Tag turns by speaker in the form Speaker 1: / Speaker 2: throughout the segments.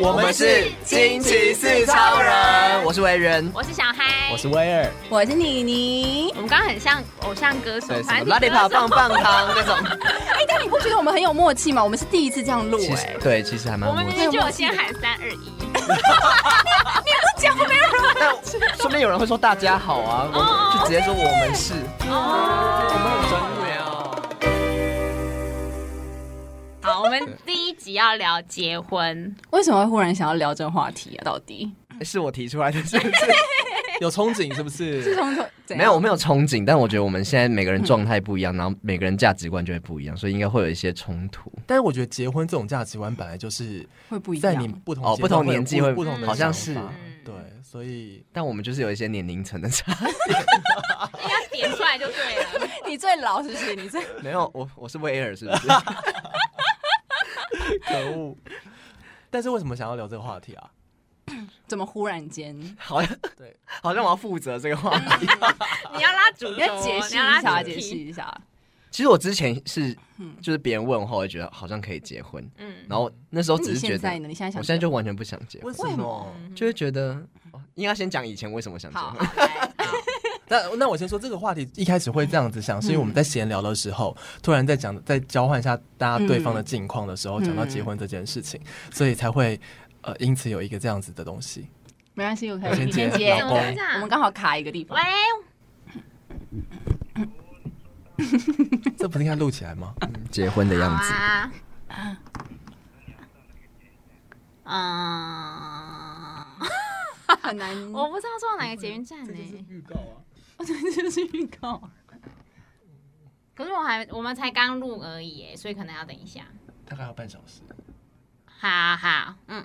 Speaker 1: 我
Speaker 2: 们是惊奇四超人，我是维人，
Speaker 3: 我是小嗨，
Speaker 1: 我是威尔，
Speaker 4: 我是妮妮
Speaker 3: 我。们刚刚很像偶像歌手
Speaker 2: 对，，什
Speaker 3: 反
Speaker 2: 么
Speaker 3: 正
Speaker 2: 拉
Speaker 3: 你
Speaker 2: 力
Speaker 3: 歌手
Speaker 2: 跑棒棒糖那种，
Speaker 4: 哎、但你不觉得我们很有默契吗？我们是第一次这样录、
Speaker 2: 其
Speaker 4: 哎
Speaker 2: 实，对，其实还蛮
Speaker 3: 我们
Speaker 2: 默
Speaker 3: 明
Speaker 2: 契。
Speaker 3: 明就有先喊三二一，
Speaker 2: 但顺便有人会说大家好啊，我们就直接说我们是，
Speaker 3: 哦
Speaker 2: 我们很哦专业哦。
Speaker 3: 好，我们第一集要聊结婚，
Speaker 4: 为什么会忽然想要聊这个话题啊？到底
Speaker 2: 哎是我提出来的，是不是？
Speaker 1: 有憧憬是不
Speaker 4: 是
Speaker 1: 是？
Speaker 4: 从从怎样
Speaker 2: 没有，我没有憧憬，但我觉得我们现在每个人状态不一样，然后每个人价值观就会不一样，所以应该会有一些冲突。
Speaker 1: 但是我觉得结婚这种价值观本来就是
Speaker 4: 会不一
Speaker 1: 在
Speaker 4: 样？
Speaker 1: 你不同
Speaker 2: 哦
Speaker 1: 阶
Speaker 2: 不
Speaker 1: 段
Speaker 2: 同
Speaker 1: 有
Speaker 2: 年纪
Speaker 1: 不
Speaker 2: 会
Speaker 1: 不同的
Speaker 2: 好像
Speaker 1: 想法
Speaker 3: 是
Speaker 1: 对，所以
Speaker 2: 但我们就是有一些年龄层的差。
Speaker 3: 应该点出来就对了。
Speaker 4: 你最老是不是？你最
Speaker 2: 没有，我我是威尔，是不 是？
Speaker 1: 可恶。但是为什么想要聊这个话题啊？
Speaker 4: 怎么忽然 间？
Speaker 2: 好像
Speaker 1: 对，
Speaker 2: 好像我要负责这个话题。
Speaker 3: 你要拉主
Speaker 4: 你
Speaker 3: 轴
Speaker 4: 要
Speaker 3: 哦，
Speaker 4: 解释
Speaker 3: 你要拉
Speaker 4: 一
Speaker 3: 主
Speaker 4: 下，
Speaker 3: 题
Speaker 4: 解释。一下。
Speaker 2: 其实我之前是，就是别人问我后，我就觉得好像可以结婚，
Speaker 3: 嗯，
Speaker 2: 然后那时候
Speaker 4: 那
Speaker 2: 只
Speaker 4: 你
Speaker 2: 是觉
Speaker 4: 现
Speaker 2: 得，
Speaker 4: 在呢？你现在
Speaker 2: 我
Speaker 4: 想？
Speaker 2: 现在就完全不想结婚，
Speaker 1: 为什
Speaker 4: 为什
Speaker 1: 么
Speaker 4: 么？
Speaker 2: 就会觉得，哦应该先讲以前为什么想结
Speaker 4: 好
Speaker 2: 婚。
Speaker 4: 好
Speaker 1: 那那我先说这个话题，一开始会这样子想，是因为我们在闲聊的时候，突然在讲，在交换一下大家对方的近况的时候，
Speaker 4: 嗯
Speaker 1: 讲到结婚这件事情，所以才会呃，因此有一个这样子的东西。
Speaker 4: 没关系，我可
Speaker 1: 我
Speaker 4: 以
Speaker 1: 先
Speaker 4: 你先
Speaker 1: 接
Speaker 4: 接
Speaker 1: 老
Speaker 3: 怎
Speaker 1: 公
Speaker 3: 么会这
Speaker 4: 我们
Speaker 3: 样？
Speaker 4: 刚好卡一个地方
Speaker 3: 喂，，
Speaker 1: 这不是应该录起来吗？
Speaker 2: 结婚的
Speaker 3: 好
Speaker 2: 样子，
Speaker 3: 啊。嗯，
Speaker 4: 很难。
Speaker 3: 我不知道坐哪个捷运站呢，
Speaker 1: 预告啊。
Speaker 4: 我 这就是预告。
Speaker 3: 可是我还我们才刚录而已耶，所以可能要等一下。
Speaker 1: 大概要半小时
Speaker 3: 好好，嗯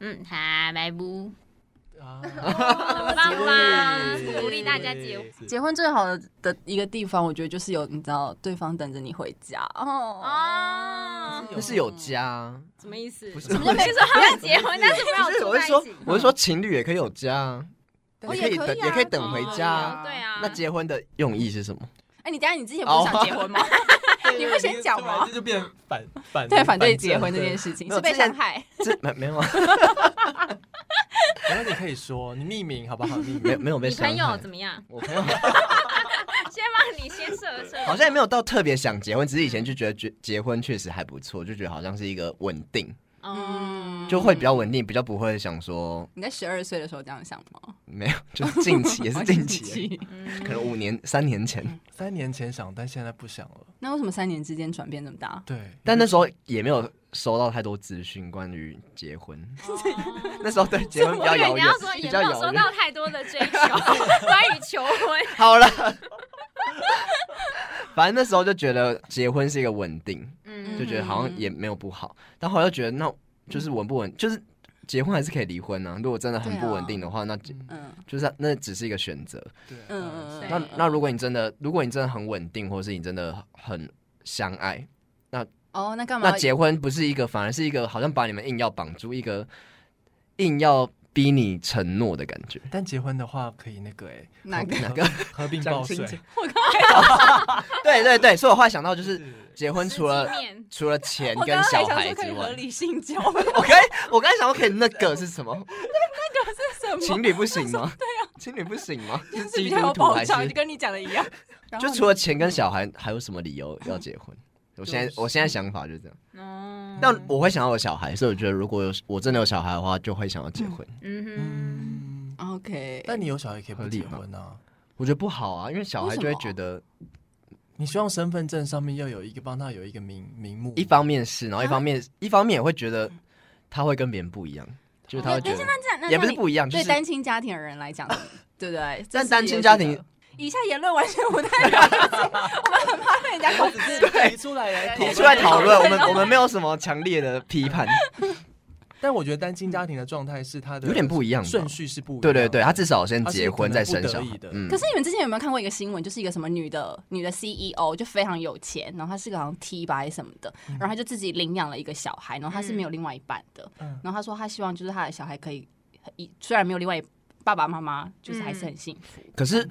Speaker 3: 嗯，好，拜拜。
Speaker 1: 啊，
Speaker 3: 很棒吧？鼓励大家 结婚
Speaker 4: 结婚最好的的一个地方，我觉得就是有你知道对方等着你回家哦。
Speaker 3: 哦。
Speaker 2: 那是有家，
Speaker 3: 什么意思？
Speaker 2: 不是
Speaker 3: 我们是说他们结婚，但是没有住
Speaker 2: 我是
Speaker 3: 在
Speaker 2: 说
Speaker 3: 一起。，
Speaker 2: 我是说情侣也可以有家，啊
Speaker 4: 哦
Speaker 2: 也可以
Speaker 4: 也可
Speaker 2: 等，也可以
Speaker 4: 以啊
Speaker 2: 等回家
Speaker 4: 哦。
Speaker 3: 对啊，
Speaker 2: 那结婚的用意是什么？
Speaker 4: 哎，你等一下你之前
Speaker 2: 哦
Speaker 4: 不是想结婚 吗？ 你不先讲吗
Speaker 1: 这就变反 反
Speaker 4: 对，反对结婚这件。事情
Speaker 2: 没有
Speaker 4: 是被伤害。
Speaker 2: 这没没有啊，
Speaker 1: 反正你可以说，你匿名好不好？匿
Speaker 2: 没有
Speaker 1: 名。
Speaker 2: 没有被
Speaker 3: 你
Speaker 2: 伤
Speaker 3: 朋友
Speaker 2: 害
Speaker 3: 怎。么样？
Speaker 2: 我朋友
Speaker 3: 先帮你先设设，
Speaker 2: 好像也没有到特别想结婚，只是以前就觉得结结婚确实还不错，就觉得好像是一个稳定，
Speaker 3: 嗯，
Speaker 2: 就会比较稳定，比较不会想说
Speaker 4: 你在十二岁的时候这样想吗？哦
Speaker 2: 没有， 就是近期也是近期，欸
Speaker 3: 嗯
Speaker 2: 可能五年三年前，
Speaker 1: 三年前想，但现在不想了。
Speaker 4: 那为什么三年之间转变这么大？
Speaker 1: 对，
Speaker 2: 但那时候也没有收到太多资讯关于结婚，
Speaker 3: 哦
Speaker 2: 那时候对结婚比较遥
Speaker 3: 我以为
Speaker 2: 远
Speaker 3: 你要说，
Speaker 2: 比
Speaker 3: 也
Speaker 2: 较
Speaker 3: 没有收
Speaker 2: 遥远
Speaker 3: 到。太多的追求，关于求婚，
Speaker 2: 好了， 反正那时候就觉得结婚是一个稳定，
Speaker 3: 嗯
Speaker 2: 就觉得好像也没有不好，但后来又觉得那就是稳不稳，就是结婚还是可以离婚啊呢、如果真的很不稳定的
Speaker 3: 啊
Speaker 2: 话，那就
Speaker 4: 嗯
Speaker 2: 就是那只是一个选择。
Speaker 1: 对，啊
Speaker 4: 嗯
Speaker 3: 对啊
Speaker 2: 那那如果你真的，如果你真的很稳定，或者是你真的很相爱，
Speaker 4: 哦，那干嘛？
Speaker 2: 那结婚不是一个，反而是一个好像把你们硬要绑住，一个硬要逼你承诺的感觉。
Speaker 1: 但结婚的话可以那个哎，
Speaker 4: 哪个
Speaker 1: 合
Speaker 2: 哪个
Speaker 1: 合并报税
Speaker 2: 讲清？楚 对对对，所以我后来想到，就是结婚除了
Speaker 3: 实际面
Speaker 2: 除了钱
Speaker 4: 我
Speaker 2: 跟
Speaker 4: 刚刚
Speaker 2: 小
Speaker 4: 还想
Speaker 2: 孩
Speaker 4: 说可
Speaker 2: 之
Speaker 4: 以合
Speaker 2: 外，
Speaker 4: 理性交，
Speaker 2: 我刚才我刚才想说可以那个是什么？
Speaker 4: 什么
Speaker 2: 情侣不行 吗？对啊，情侣不行吗？是
Speaker 4: 是
Speaker 2: 基
Speaker 4: 比较
Speaker 2: 督
Speaker 4: 有
Speaker 2: 徒
Speaker 4: 保
Speaker 2: 还
Speaker 4: 障，
Speaker 2: 是
Speaker 4: 就？跟你讲的 一样。
Speaker 2: 就除了钱跟小孩，还有什么理由要结婚？我现在我现在想法就是这样。
Speaker 3: 哦
Speaker 2: 但我会想要有小孩，所以我觉得如果有我真的有小孩的话，就会想要结婚。
Speaker 3: 嗯
Speaker 1: 嗯，
Speaker 4: OK，
Speaker 1: 但你有小孩也可以不
Speaker 2: 合理
Speaker 1: 结
Speaker 2: 吗
Speaker 1: 婚啊。
Speaker 2: 我觉得不好啊，因为小孩就
Speaker 4: 为
Speaker 2: 会
Speaker 4: 什么
Speaker 2: 觉得
Speaker 1: 你希望身份证上面要有一个帮他有一个名名目，
Speaker 2: 一方面是，然
Speaker 4: 啊
Speaker 2: 后一方面、一方面也会觉得他会跟别人不一样，就是他会觉得
Speaker 4: 哦那这样那
Speaker 2: 也不是
Speaker 4: 那你
Speaker 2: 不一样，就
Speaker 4: 对
Speaker 2: 是
Speaker 4: 单亲家庭的人来讲，对不对？
Speaker 2: 但
Speaker 4: 这是
Speaker 2: 单亲
Speaker 4: 也
Speaker 2: 家
Speaker 4: 是一
Speaker 2: 庭
Speaker 4: 个。以下言论完全不代表，我们很怕被 人家控制。
Speaker 1: 提出来来
Speaker 2: 提出来讨论，我
Speaker 4: 对
Speaker 2: 们我们没有什么强烈的批判，
Speaker 1: 但我觉得单亲家庭的状态是他的
Speaker 2: 有点不一样吧
Speaker 1: 顺序是不一样
Speaker 2: 对
Speaker 1: 的
Speaker 2: 对对，他至少先结婚再
Speaker 1: 他是可
Speaker 2: 生
Speaker 1: 能不
Speaker 2: 小
Speaker 1: 得
Speaker 2: 孩
Speaker 1: 已的，
Speaker 2: 嗯
Speaker 4: 可，是你们之前有没有看过一个新闻，就是一个什么女的女的 CEO 就非常有钱，然后她是个好像 T 吧还是什么的，
Speaker 2: 嗯
Speaker 4: 然后她就自己领养了一个小孩，然后她是没有另外一半的，
Speaker 1: 嗯
Speaker 4: 然后她说她希望就是她的小孩可以，一虽然没有另外一爸爸妈妈，就是还是很幸福。
Speaker 2: 可是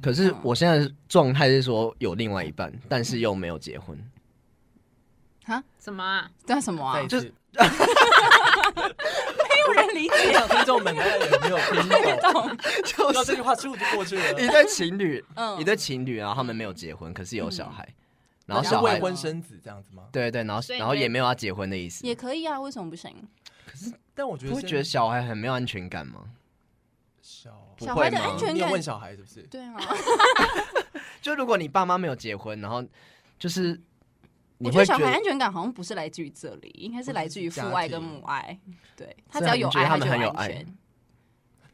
Speaker 2: 可是
Speaker 4: 嗯
Speaker 2: 我现在的状态是说有另外一半，但是又没有结婚，
Speaker 4: 哈，
Speaker 3: 什么啊？
Speaker 4: 这叫什么啊
Speaker 1: 再一？次
Speaker 2: 就是
Speaker 1: 跟你讲， 听众们大概也没有 听懂，
Speaker 4: 懂？
Speaker 1: 知道这句话出就过去
Speaker 2: 一
Speaker 1: 了。
Speaker 2: 对情侣，
Speaker 4: 嗯
Speaker 2: 一对情侣，然后他们没有结婚，可是有小孩，然
Speaker 1: 然
Speaker 2: 后
Speaker 1: 后是
Speaker 2: 小
Speaker 1: 未
Speaker 2: 孩，
Speaker 1: 婚生子这样子吗？
Speaker 2: 对对，然后
Speaker 3: 所以
Speaker 2: 然后
Speaker 3: 对
Speaker 2: 也没有要结婚的意思，
Speaker 4: 也可以啊，为什么不行？
Speaker 1: 但我觉得
Speaker 2: 不会
Speaker 1: 现
Speaker 2: 觉得小孩很没有安全感吗？
Speaker 1: 小
Speaker 2: 不
Speaker 4: 小
Speaker 2: 会
Speaker 4: 孩的
Speaker 2: 吗
Speaker 4: 安全
Speaker 1: 你有
Speaker 4: 感
Speaker 1: 问，小孩是不是？
Speaker 4: 对啊，
Speaker 2: 就如果你爸妈没有结婚，然后就是 你
Speaker 4: 我觉得
Speaker 2: 会
Speaker 4: 小
Speaker 2: 觉
Speaker 4: 孩安
Speaker 2: 得，
Speaker 4: 全感好像不是来自于这里，应该是来自于父爱跟母爱。对他
Speaker 2: 是
Speaker 4: 只
Speaker 2: 啊
Speaker 4: 要有
Speaker 2: 你觉得
Speaker 4: 爱，
Speaker 2: 他们
Speaker 4: 就
Speaker 2: 很有
Speaker 4: 安
Speaker 2: 爱
Speaker 4: 全。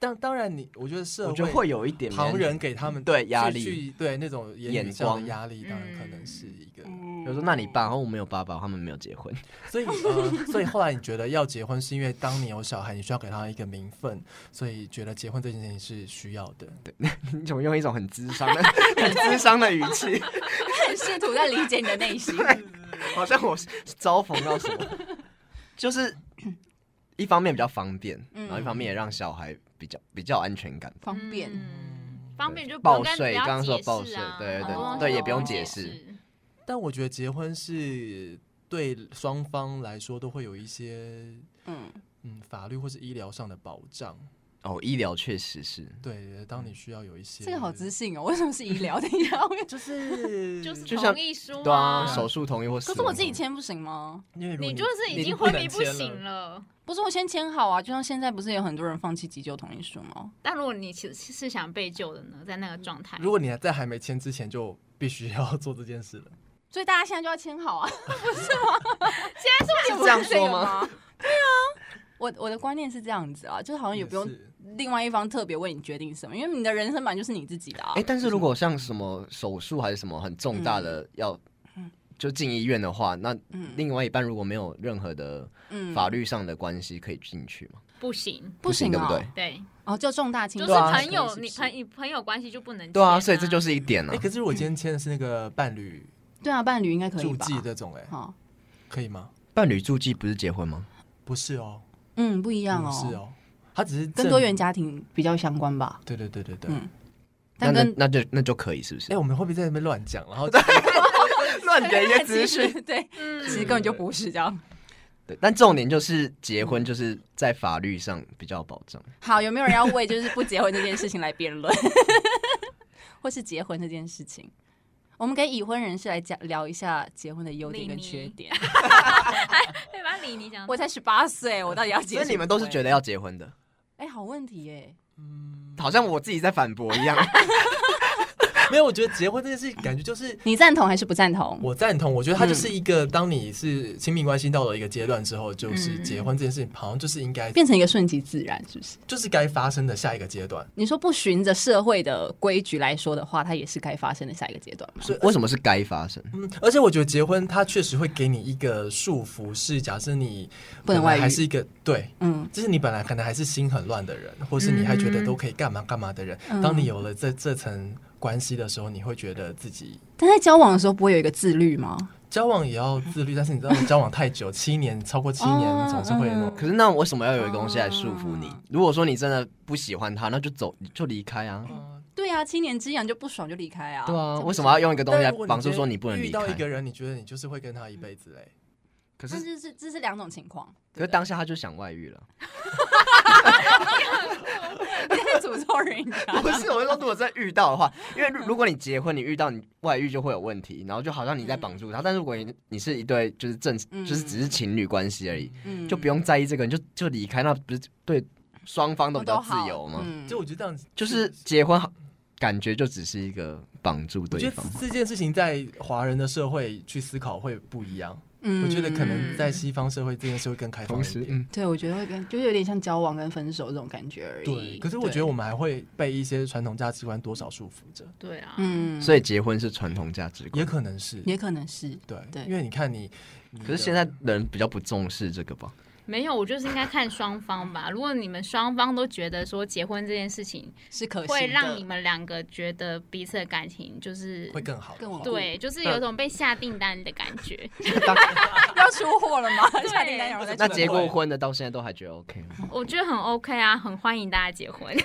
Speaker 1: 当当然你，我觉得社
Speaker 2: 我觉得
Speaker 1: 会
Speaker 2: 会有一点
Speaker 1: 旁人给他们
Speaker 2: 对压
Speaker 1: 去
Speaker 2: 力。
Speaker 1: 去对那种言语
Speaker 2: 眼
Speaker 1: 上
Speaker 2: 光
Speaker 1: 的压力，当然
Speaker 3: 嗯
Speaker 1: 可能是一个。
Speaker 4: 嗯
Speaker 2: 比如说，那你爸，然后我没有爸爸，他们没有结婚，
Speaker 1: 所以呃，所以后来你觉得要结婚，是因为当你有小孩，你需要给他一个名分，所以觉得结婚这件事情是需要的。
Speaker 2: 你怎么用一种很智商 的、很智商的语气，
Speaker 4: 试图在理解你的 内心。
Speaker 2: 好像我是遭逢到什么？就是一方面比较方便，
Speaker 4: 嗯
Speaker 2: 然后一方面也让小孩比较比较有安全感。
Speaker 4: 方便。
Speaker 3: 嗯方便就不
Speaker 2: 报
Speaker 3: 用跟
Speaker 2: 税
Speaker 3: 不要
Speaker 2: 刚刚说
Speaker 3: 解
Speaker 2: 报
Speaker 3: 释
Speaker 2: 税
Speaker 3: 啊
Speaker 2: 对
Speaker 3: 很
Speaker 4: 对
Speaker 3: 多东西
Speaker 4: 对
Speaker 3: 都
Speaker 4: 也不用
Speaker 2: 解释
Speaker 3: 释。
Speaker 1: 但我觉得结婚是对双方来说都会有一些
Speaker 4: 嗯，
Speaker 1: 嗯法律或是医疗上的保障。
Speaker 2: 哦，医疗确实是，
Speaker 1: 对，当
Speaker 2: 嗯
Speaker 1: 你需要有一些
Speaker 4: 这个好自信哦。为什么是医疗？等一下，我
Speaker 1: 就是
Speaker 3: 就是
Speaker 2: 就像
Speaker 3: 同意书
Speaker 2: 对啊，
Speaker 1: 啊
Speaker 2: 手术同意或
Speaker 4: 可
Speaker 2: 死
Speaker 4: 是我
Speaker 2: 亡
Speaker 4: 自己
Speaker 2: 同意
Speaker 4: 签不行吗？
Speaker 1: 因为如果
Speaker 3: 你就是已经昏迷不醒。了。
Speaker 4: 不是，我先签好啊。就像现在不是有很多人放弃急救同意书吗？
Speaker 3: 但如果你其实是想被救的呢，在那个状态，
Speaker 1: 如果你还在还没签之前就必须要做这件事了，
Speaker 4: 所以大家现在就要签好 啊。
Speaker 3: 现在
Speaker 2: 是这样说
Speaker 4: 有
Speaker 2: 吗？
Speaker 4: 吗？对啊，我我的观念是这样子啊，就是好像也不用
Speaker 1: 是
Speaker 4: 另外一方特别为你决定什么，因为你的人生版就是你自己的啊
Speaker 2: 哎、。但是如果像什么手术还是什么很重大的要就进医院的话，那
Speaker 4: 嗯
Speaker 2: 另外一半如果没有任何的
Speaker 4: 嗯
Speaker 2: 法律上的关系可以进去吗？
Speaker 3: 不行，
Speaker 4: 不行
Speaker 2: 对
Speaker 4: 啊
Speaker 2: 不对？
Speaker 3: 对，
Speaker 4: 哦，就重大
Speaker 3: 就
Speaker 4: 轻
Speaker 3: 是
Speaker 4: 重
Speaker 2: 啊
Speaker 3: 朋友，
Speaker 4: 是不
Speaker 3: 你
Speaker 4: 是
Speaker 3: 朋你朋友关系就不能
Speaker 2: 对啊，
Speaker 3: 签
Speaker 2: 所以这就是一点
Speaker 4: 嗯
Speaker 1: 哎、
Speaker 2: 啊。
Speaker 1: 可是我今天签的是那个伴侣
Speaker 4: 对啊，伴侣应该可以
Speaker 1: 住
Speaker 4: 吧？
Speaker 1: 记这种、哎，
Speaker 4: 好，
Speaker 1: 可以吗？
Speaker 2: 伴侣住记不是结婚吗？
Speaker 1: 不是哦，
Speaker 4: 嗯，不一样
Speaker 1: 不
Speaker 4: 哦，
Speaker 1: 是哦，他只是
Speaker 4: 跟
Speaker 1: 证
Speaker 4: 多元。家庭比较相关吧？
Speaker 1: 对对对对对。哎、
Speaker 4: 嗯，
Speaker 2: 那那
Speaker 4: 但跟
Speaker 2: 那就那就可以是不 是？
Speaker 1: 我们会不会在那边乱讲？然后
Speaker 2: 乱给一些资
Speaker 4: 其
Speaker 2: 讯。
Speaker 4: 实对，
Speaker 3: 嗯
Speaker 4: 其实根本就不是这样。
Speaker 2: 对，但重点就是结婚就是在法律上比较有保障。
Speaker 4: 好，有没有人要为就是不结婚这件事情来辩论， 或是结婚这件事情？我们给已婚人士来讲聊一下结婚的优点跟缺 点。
Speaker 3: 对吧？你你讲，
Speaker 4: 我才十八岁，我到底要结
Speaker 2: 所
Speaker 4: 婚？
Speaker 2: 以你们都是觉得要结婚的，
Speaker 4: 哎、好问题耶、
Speaker 2: 好像我自己在反驳 一样。
Speaker 1: 没有，我觉得结婚这件事情感觉就是
Speaker 4: 你赞同还是不赞同？
Speaker 1: 我赞同，我觉得它就是一个，当你是亲密关系到了一个阶段之后，就是
Speaker 3: 嗯
Speaker 1: 结婚这件事情，好像就是应该
Speaker 4: 变成一个顺其自然，是不是？
Speaker 1: 就是该发生的下一个阶段。
Speaker 4: 你说不循着社会的规矩来说的话，它也是该发生的下一个阶段吗？
Speaker 1: 是
Speaker 2: 为什么是该发生？
Speaker 1: 嗯，而且我觉得结婚它确实会给你一个束缚，是假设你
Speaker 4: 不能
Speaker 1: 本来
Speaker 4: 外遇
Speaker 1: 还是一个对，
Speaker 4: 嗯，
Speaker 1: 就是你本来可能还是心很乱的人，或是你还觉得都可以干嘛干嘛的人，
Speaker 4: 嗯
Speaker 1: 当你有了这这层关系的时候，你会觉得自己
Speaker 4: 但在交往的时候不会有一个自律吗？
Speaker 1: 交往也要自律，但是你知道交往太久，七年超过七
Speaker 4: 哦
Speaker 1: 年，总是会有那种
Speaker 2: 可是那为什么要有一个东西来束缚你？如果说你真的不喜欢他，那就走，你就离开啊。
Speaker 1: 嗯
Speaker 4: 对啊，七年之痒就不爽就离开啊。
Speaker 2: 对啊，
Speaker 4: 这不
Speaker 2: 为
Speaker 4: 是
Speaker 2: 什么要用一个东西
Speaker 1: 但
Speaker 2: 来
Speaker 1: 如果
Speaker 2: 绑住
Speaker 1: 今天
Speaker 2: 说你不能
Speaker 1: 遇
Speaker 2: 离开
Speaker 1: 到一？个人，你觉得你就是会跟他一辈子嘞？
Speaker 2: 可
Speaker 4: 但
Speaker 2: 是
Speaker 4: 是这这是两种情况。
Speaker 2: 可是当下他就想外遇了。
Speaker 4: 你在诅咒人家，
Speaker 2: 不是，我是说如果真的遇到的话，因为如如果你结婚，你遇到你外遇就会有问题，然后就好像你在绑住他。嗯但如果你你是一对就是正
Speaker 4: 嗯
Speaker 2: 就是只是情侣关系而已，
Speaker 4: 嗯
Speaker 2: 就不用在意这个，你就就离开，那不是对双方都比较自由吗？
Speaker 4: 嗯
Speaker 1: 就我觉得这样子
Speaker 2: 就是结婚好感觉就只是一个绑住
Speaker 1: 我觉
Speaker 2: 对
Speaker 1: 得
Speaker 2: 方。
Speaker 1: 这件事情在华人的社会去思考会不一样，
Speaker 4: 嗯
Speaker 1: 我觉得可能在西方社会这件事会更开放
Speaker 2: 同
Speaker 1: 一
Speaker 2: 时，
Speaker 1: 点。
Speaker 2: 嗯，
Speaker 4: 对，我觉得会跟就是有点像交往跟分手这种感觉而已。
Speaker 1: 对，可是我觉得
Speaker 4: 对，
Speaker 1: 我们还会被一些传统价值观多少束缚着，
Speaker 3: 对啊，
Speaker 4: 嗯，
Speaker 2: 所
Speaker 4: 以
Speaker 2: 以结婚是传统价值
Speaker 1: 也
Speaker 2: 观。
Speaker 1: 可能是
Speaker 4: 也可能是
Speaker 1: 对，
Speaker 4: 对
Speaker 1: 因为你看你，你的
Speaker 2: 可是现在人比较不重视这个吧？
Speaker 3: 没有，我就是应该看双方吧。如果你们双方都觉得说结婚这件事情
Speaker 4: 是可
Speaker 3: 会
Speaker 4: 惜
Speaker 3: 让你们两个觉得彼此的感情就是
Speaker 1: 会更好的
Speaker 4: 更
Speaker 1: 话，
Speaker 4: 稳固
Speaker 3: 对，就是有种被下订单的感觉。
Speaker 4: 要出货了 吗？下订单然后再
Speaker 2: 那
Speaker 4: 出
Speaker 2: 结
Speaker 4: 货
Speaker 2: 过婚的到现在都还觉得 OK 吗
Speaker 3: 我觉得很 OK 啊，很欢迎大家结婚。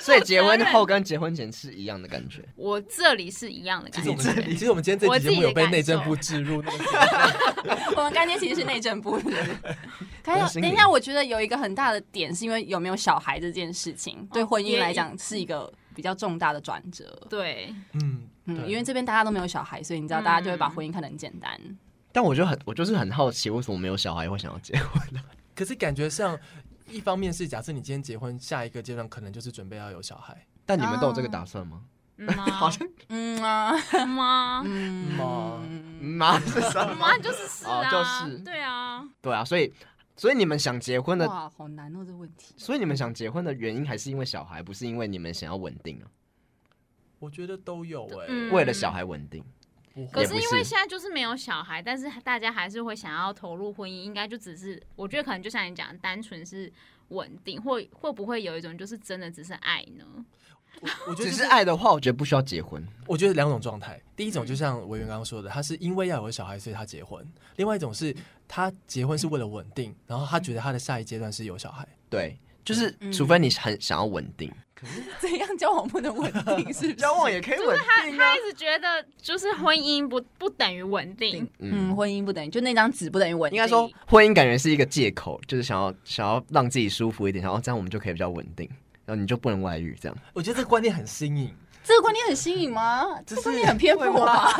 Speaker 2: 所以结婚后跟结婚前是一样的感觉。
Speaker 3: 我这里是一样的
Speaker 1: 其
Speaker 3: 感
Speaker 1: 实我们
Speaker 3: 觉。
Speaker 1: 今其实我们今天这
Speaker 3: 我
Speaker 1: 期
Speaker 3: 自
Speaker 1: 节
Speaker 3: 己
Speaker 1: 目有
Speaker 3: 的
Speaker 1: 被
Speaker 3: 感
Speaker 1: 内政
Speaker 3: 受
Speaker 1: 部置入那个
Speaker 4: 我们干爹其实是内政部的。 还有，
Speaker 2: 心
Speaker 4: 等一
Speaker 2: 里
Speaker 4: 下，我觉得有一个很大的点是因为有没有小孩这件事
Speaker 3: 哦
Speaker 4: 情，对婚姻来讲是一个比较重大的转折。
Speaker 3: 对，
Speaker 1: 嗯，
Speaker 4: 嗯，
Speaker 1: 对
Speaker 4: 因为这边大家都没有小孩，所以你知道，
Speaker 3: 嗯
Speaker 4: 大家就会把婚姻看得很简单。
Speaker 2: 但我就很，我就是很好奇，为什么没有小孩会想要结 婚？
Speaker 1: 可是感觉像一方面是假设你今天结婚，下一个阶段可能就是准备要有小孩
Speaker 2: 但你们都有这个打算吗？
Speaker 3: 嗯吗？
Speaker 2: 好像
Speaker 4: 嗯啊，嗯
Speaker 3: 吗？
Speaker 2: 嗯
Speaker 1: 吗？
Speaker 2: 妈是什么？
Speaker 3: 妈就是是啊，
Speaker 2: 嗯哦就是
Speaker 3: 对啊，
Speaker 2: 对啊，所以所以你们想结婚的，
Speaker 4: 哇，好难哦，这问题。
Speaker 2: 所以你们想结婚的原因还是因为小孩，不是因为你们想要稳定啊？
Speaker 1: 我觉得都有哎、
Speaker 3: 嗯
Speaker 2: 为了小孩稳定，
Speaker 1: 不
Speaker 3: 可
Speaker 1: 会
Speaker 2: 也
Speaker 3: 是
Speaker 2: 不
Speaker 3: 因为
Speaker 2: 是
Speaker 3: 现在就是没有小孩，但是大家还是会想要投入婚姻，应该就只是我觉得可能就像你讲的，单纯是稳定，或会不会有一种就是真的只是爱呢？
Speaker 2: 啊
Speaker 1: 我我觉
Speaker 2: 只啊
Speaker 1: 得就是
Speaker 2: 是爱的话，我觉得不需要结婚。
Speaker 1: 我觉得两种状态，第一种就像委员刚刚说的，他是因为要有小孩，所以他结婚；，另外一种是他结婚是为了稳定，然后他觉得他的下一阶段是有小孩。
Speaker 2: 对，就是
Speaker 4: 嗯
Speaker 2: 除非你很想要稳定，
Speaker 4: 怎样交往不能稳定？是不是？
Speaker 2: 也可以稳
Speaker 3: 他他一直觉得就是婚姻不不等于稳定，
Speaker 4: 嗯，
Speaker 2: 嗯，
Speaker 4: 婚姻不等于就那张纸不等于稳定。
Speaker 2: 应该说婚姻感觉是一个借口，就是想要想要让自己舒服一点，然后这样我们就可以比较稳定，然后你就不能外遇这样。
Speaker 1: 我觉得这个观念很新颖，
Speaker 4: 这个观念很新颖吗？这
Speaker 2: 只
Speaker 4: 个
Speaker 2: 是
Speaker 4: 观念很偏颇吧？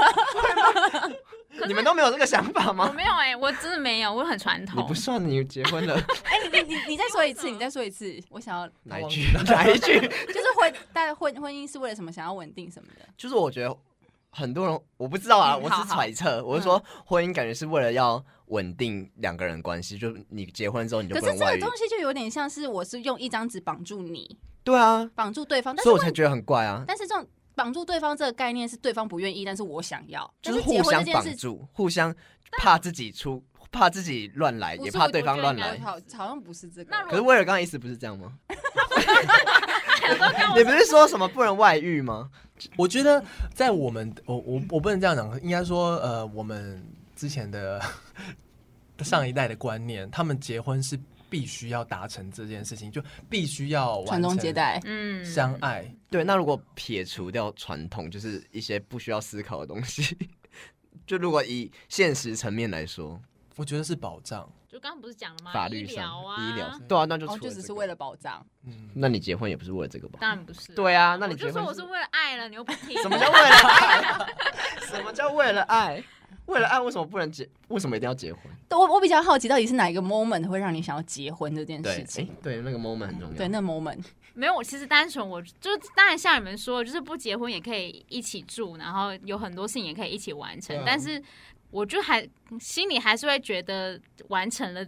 Speaker 2: 你们都没有这个想法
Speaker 3: 我
Speaker 2: 吗？
Speaker 3: 没有哎、我真的没有，我很传
Speaker 2: 你
Speaker 3: 统
Speaker 2: 不。算你结婚 了，
Speaker 4: 哎，你你你再说一次，你再说一次，我想 要
Speaker 2: 哪一句哪一句？
Speaker 4: 就是婚，但婚婚姻是为了什么？想要稳定什么的？
Speaker 2: 就是我觉得很多人我不知道啊，
Speaker 4: 嗯
Speaker 2: 我
Speaker 4: 好
Speaker 2: 是
Speaker 4: 好
Speaker 2: 揣测，我是说婚姻感觉是为了要稳定两个人关系，就是你结婚之后你就
Speaker 4: 可
Speaker 2: 不
Speaker 4: 是
Speaker 2: 能
Speaker 4: 这
Speaker 2: 外
Speaker 4: 个
Speaker 2: 遇
Speaker 4: 东。西就有点像是我是用一张纸绑住你，
Speaker 2: 对啊，
Speaker 4: 绑住对方，哦但是
Speaker 2: 所以我
Speaker 4: 问
Speaker 2: 才觉得很怪啊，
Speaker 4: 但是这种绑住对方这个概念是对方不愿意，但是我想要，
Speaker 2: 就
Speaker 4: 但
Speaker 2: 是
Speaker 4: 结
Speaker 2: 互
Speaker 4: 婚
Speaker 2: 相
Speaker 4: 这件
Speaker 2: 绑
Speaker 4: 事。
Speaker 2: 住，互相怕自己出，怕自己乱来，
Speaker 4: 不
Speaker 2: 也
Speaker 4: 是
Speaker 2: 怕
Speaker 4: 我
Speaker 2: 对方
Speaker 3: 觉得
Speaker 2: 乱
Speaker 3: 应该
Speaker 2: 来
Speaker 3: 是。
Speaker 4: 好，好像不是这个。
Speaker 3: 那如
Speaker 2: 可
Speaker 3: 果
Speaker 2: 是威尔刚刚意思不是这样吗？
Speaker 3: 两个跟 我
Speaker 2: 你不是说什么不能外遇吗？
Speaker 1: 我觉得在我们我我我不能这样讲，应该说呃，我们之前的 上一代的观念，他们结婚是必须要达成这件事情，就必须要完
Speaker 4: 传宗接
Speaker 1: 成
Speaker 4: 代，
Speaker 3: 嗯
Speaker 1: 相爱。
Speaker 2: 对，那如果撇除掉传统，就是一些不需要思考的东西， 就如果以现实层面来说，
Speaker 1: 我觉得是保障，
Speaker 3: 就刚刚不是讲了吗？
Speaker 2: 法律
Speaker 3: 医疗
Speaker 2: 上、
Speaker 3: 啊，
Speaker 2: 医疗，对啊，那就
Speaker 4: 哦，
Speaker 2: 除
Speaker 4: 就
Speaker 2: 了
Speaker 4: 只
Speaker 2: 这
Speaker 4: 是
Speaker 2: 个
Speaker 4: 为了保障。
Speaker 1: 嗯，
Speaker 2: 那你结婚也不是为了这个吧？
Speaker 3: 当然不是。
Speaker 2: 对啊，那
Speaker 3: 我
Speaker 2: 你
Speaker 3: 就
Speaker 2: 结
Speaker 3: 说
Speaker 2: 婚
Speaker 3: 我是为了爱了，你又不 听。
Speaker 2: 什么叫为了爱？ 什么叫为了爱？为了爱为什么不能结？为什么一定要结婚？
Speaker 4: 对我我比较好奇，到底是哪一个 moment 会让你想要结婚这件
Speaker 2: 对
Speaker 4: 事，情？
Speaker 2: 对，那个 moment 很重
Speaker 1: 哎
Speaker 2: 要。
Speaker 4: 对，那 moment
Speaker 3: 没有，我其实单纯我就是当然像你们说，就是不结婚也可以一起住，然后有很多事情也可以一起完成，
Speaker 1: 对啊
Speaker 3: 但是我就还心里还是会觉得完成了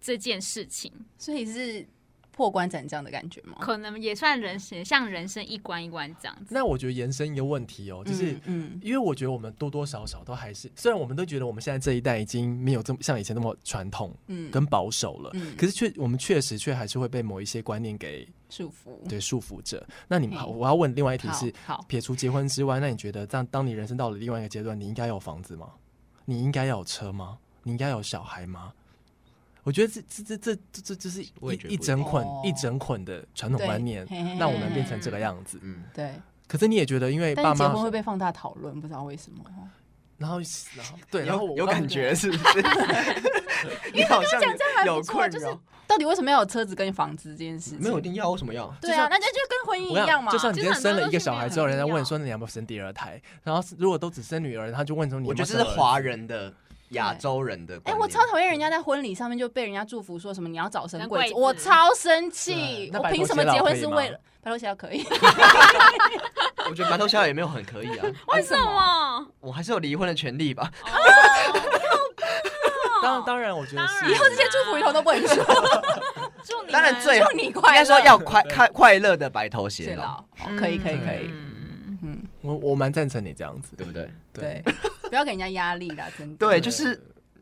Speaker 3: 这件事情，
Speaker 4: 所以是破关斩将的感觉吗？
Speaker 3: 可能也算人生像人生一关一关这样子。
Speaker 1: 那我觉得延伸一个问题哦，就是。
Speaker 4: 嗯，嗯
Speaker 1: 因为我觉得我们多多少少都还是，虽然我们都觉得我们现在这一代已经没有这么像以前那么传统
Speaker 4: 嗯
Speaker 1: 跟保守了，
Speaker 4: 嗯
Speaker 1: 可是确我们确实却还是会被某一些观念给
Speaker 4: 束缚。
Speaker 1: 对束缚着。那你
Speaker 4: 嗯
Speaker 1: 们
Speaker 4: 嘿
Speaker 1: 我要问另外一题
Speaker 4: 好
Speaker 1: 是，
Speaker 4: 好，
Speaker 1: 撇除结婚之外，那你觉得这样当你人生到了另外一个阶段，你应该有房子吗？你应该要有车吗？你应该有小孩吗？我觉得这这这这这这这是一
Speaker 2: 我也觉得
Speaker 1: 一
Speaker 2: 不一
Speaker 1: 整
Speaker 4: 定
Speaker 1: 捆
Speaker 4: 哦
Speaker 1: 一整捆的传统
Speaker 4: 对
Speaker 1: 观念
Speaker 4: 嘿嘿，
Speaker 1: 让
Speaker 4: 嘿
Speaker 1: 我们变
Speaker 3: 嘿
Speaker 1: 成这个样子。
Speaker 2: 嗯，
Speaker 4: 对，
Speaker 1: 可是你也觉得，因为
Speaker 4: 但
Speaker 1: 爸
Speaker 4: 是结婚
Speaker 1: 妈，
Speaker 4: 会被放大讨论，不知道为什么。哦
Speaker 1: 然后然后对，然后我
Speaker 2: 有有
Speaker 1: 刚
Speaker 2: 感 觉是不是？ 你好像
Speaker 4: 这样还不
Speaker 2: 有
Speaker 4: 错
Speaker 2: 困
Speaker 4: 就是
Speaker 2: 扰，
Speaker 4: 到底为什么要有车子跟房子这件事情？
Speaker 2: 定要，为什么要？
Speaker 4: 对啊，那就就跟婚
Speaker 1: 我
Speaker 4: 姻一样
Speaker 1: 想，
Speaker 4: 嘛。
Speaker 1: 就像你今天生了一个小孩之后，人家
Speaker 3: 就是很多
Speaker 1: 问说你要不要生第二胎，然后如果都只生女儿，他就问说你
Speaker 2: 我
Speaker 1: 有没
Speaker 2: 觉得这是
Speaker 1: 有生儿子
Speaker 2: 华人的、亚洲人的。
Speaker 4: 哎、我超，讨厌人家在婚礼上面就被人家祝福说什么你要早生贵子，
Speaker 3: 生贵子
Speaker 4: 我超生
Speaker 1: 对
Speaker 4: 气！
Speaker 1: 那
Speaker 4: 我
Speaker 1: 白头
Speaker 4: 凭什么
Speaker 1: 偕老
Speaker 4: 结婚
Speaker 1: 可以
Speaker 4: 是
Speaker 1: 吗
Speaker 4: 为了白头偕老可以？
Speaker 2: 我觉得白头偕老也没有很可以 啊，
Speaker 3: 为什么？哦
Speaker 2: 我还是有离婚的权利吧。
Speaker 1: 当然当然，我觉得
Speaker 3: 当
Speaker 1: 是啊
Speaker 3: 然
Speaker 4: 以后这些祝福以后都不能说，
Speaker 3: 祝你们
Speaker 2: 当然最
Speaker 4: 祝你快
Speaker 2: 啊应
Speaker 4: 乐。
Speaker 2: 该说要快快快乐的白头偕
Speaker 4: 偕老
Speaker 2: 老，，
Speaker 4: 哦可以可以可以，
Speaker 3: 嗯
Speaker 4: 嗯，
Speaker 1: 我我蛮赞成你这样子，
Speaker 2: 对不对？
Speaker 4: 对， 不要给人家压力啦，真的。
Speaker 2: 对，就是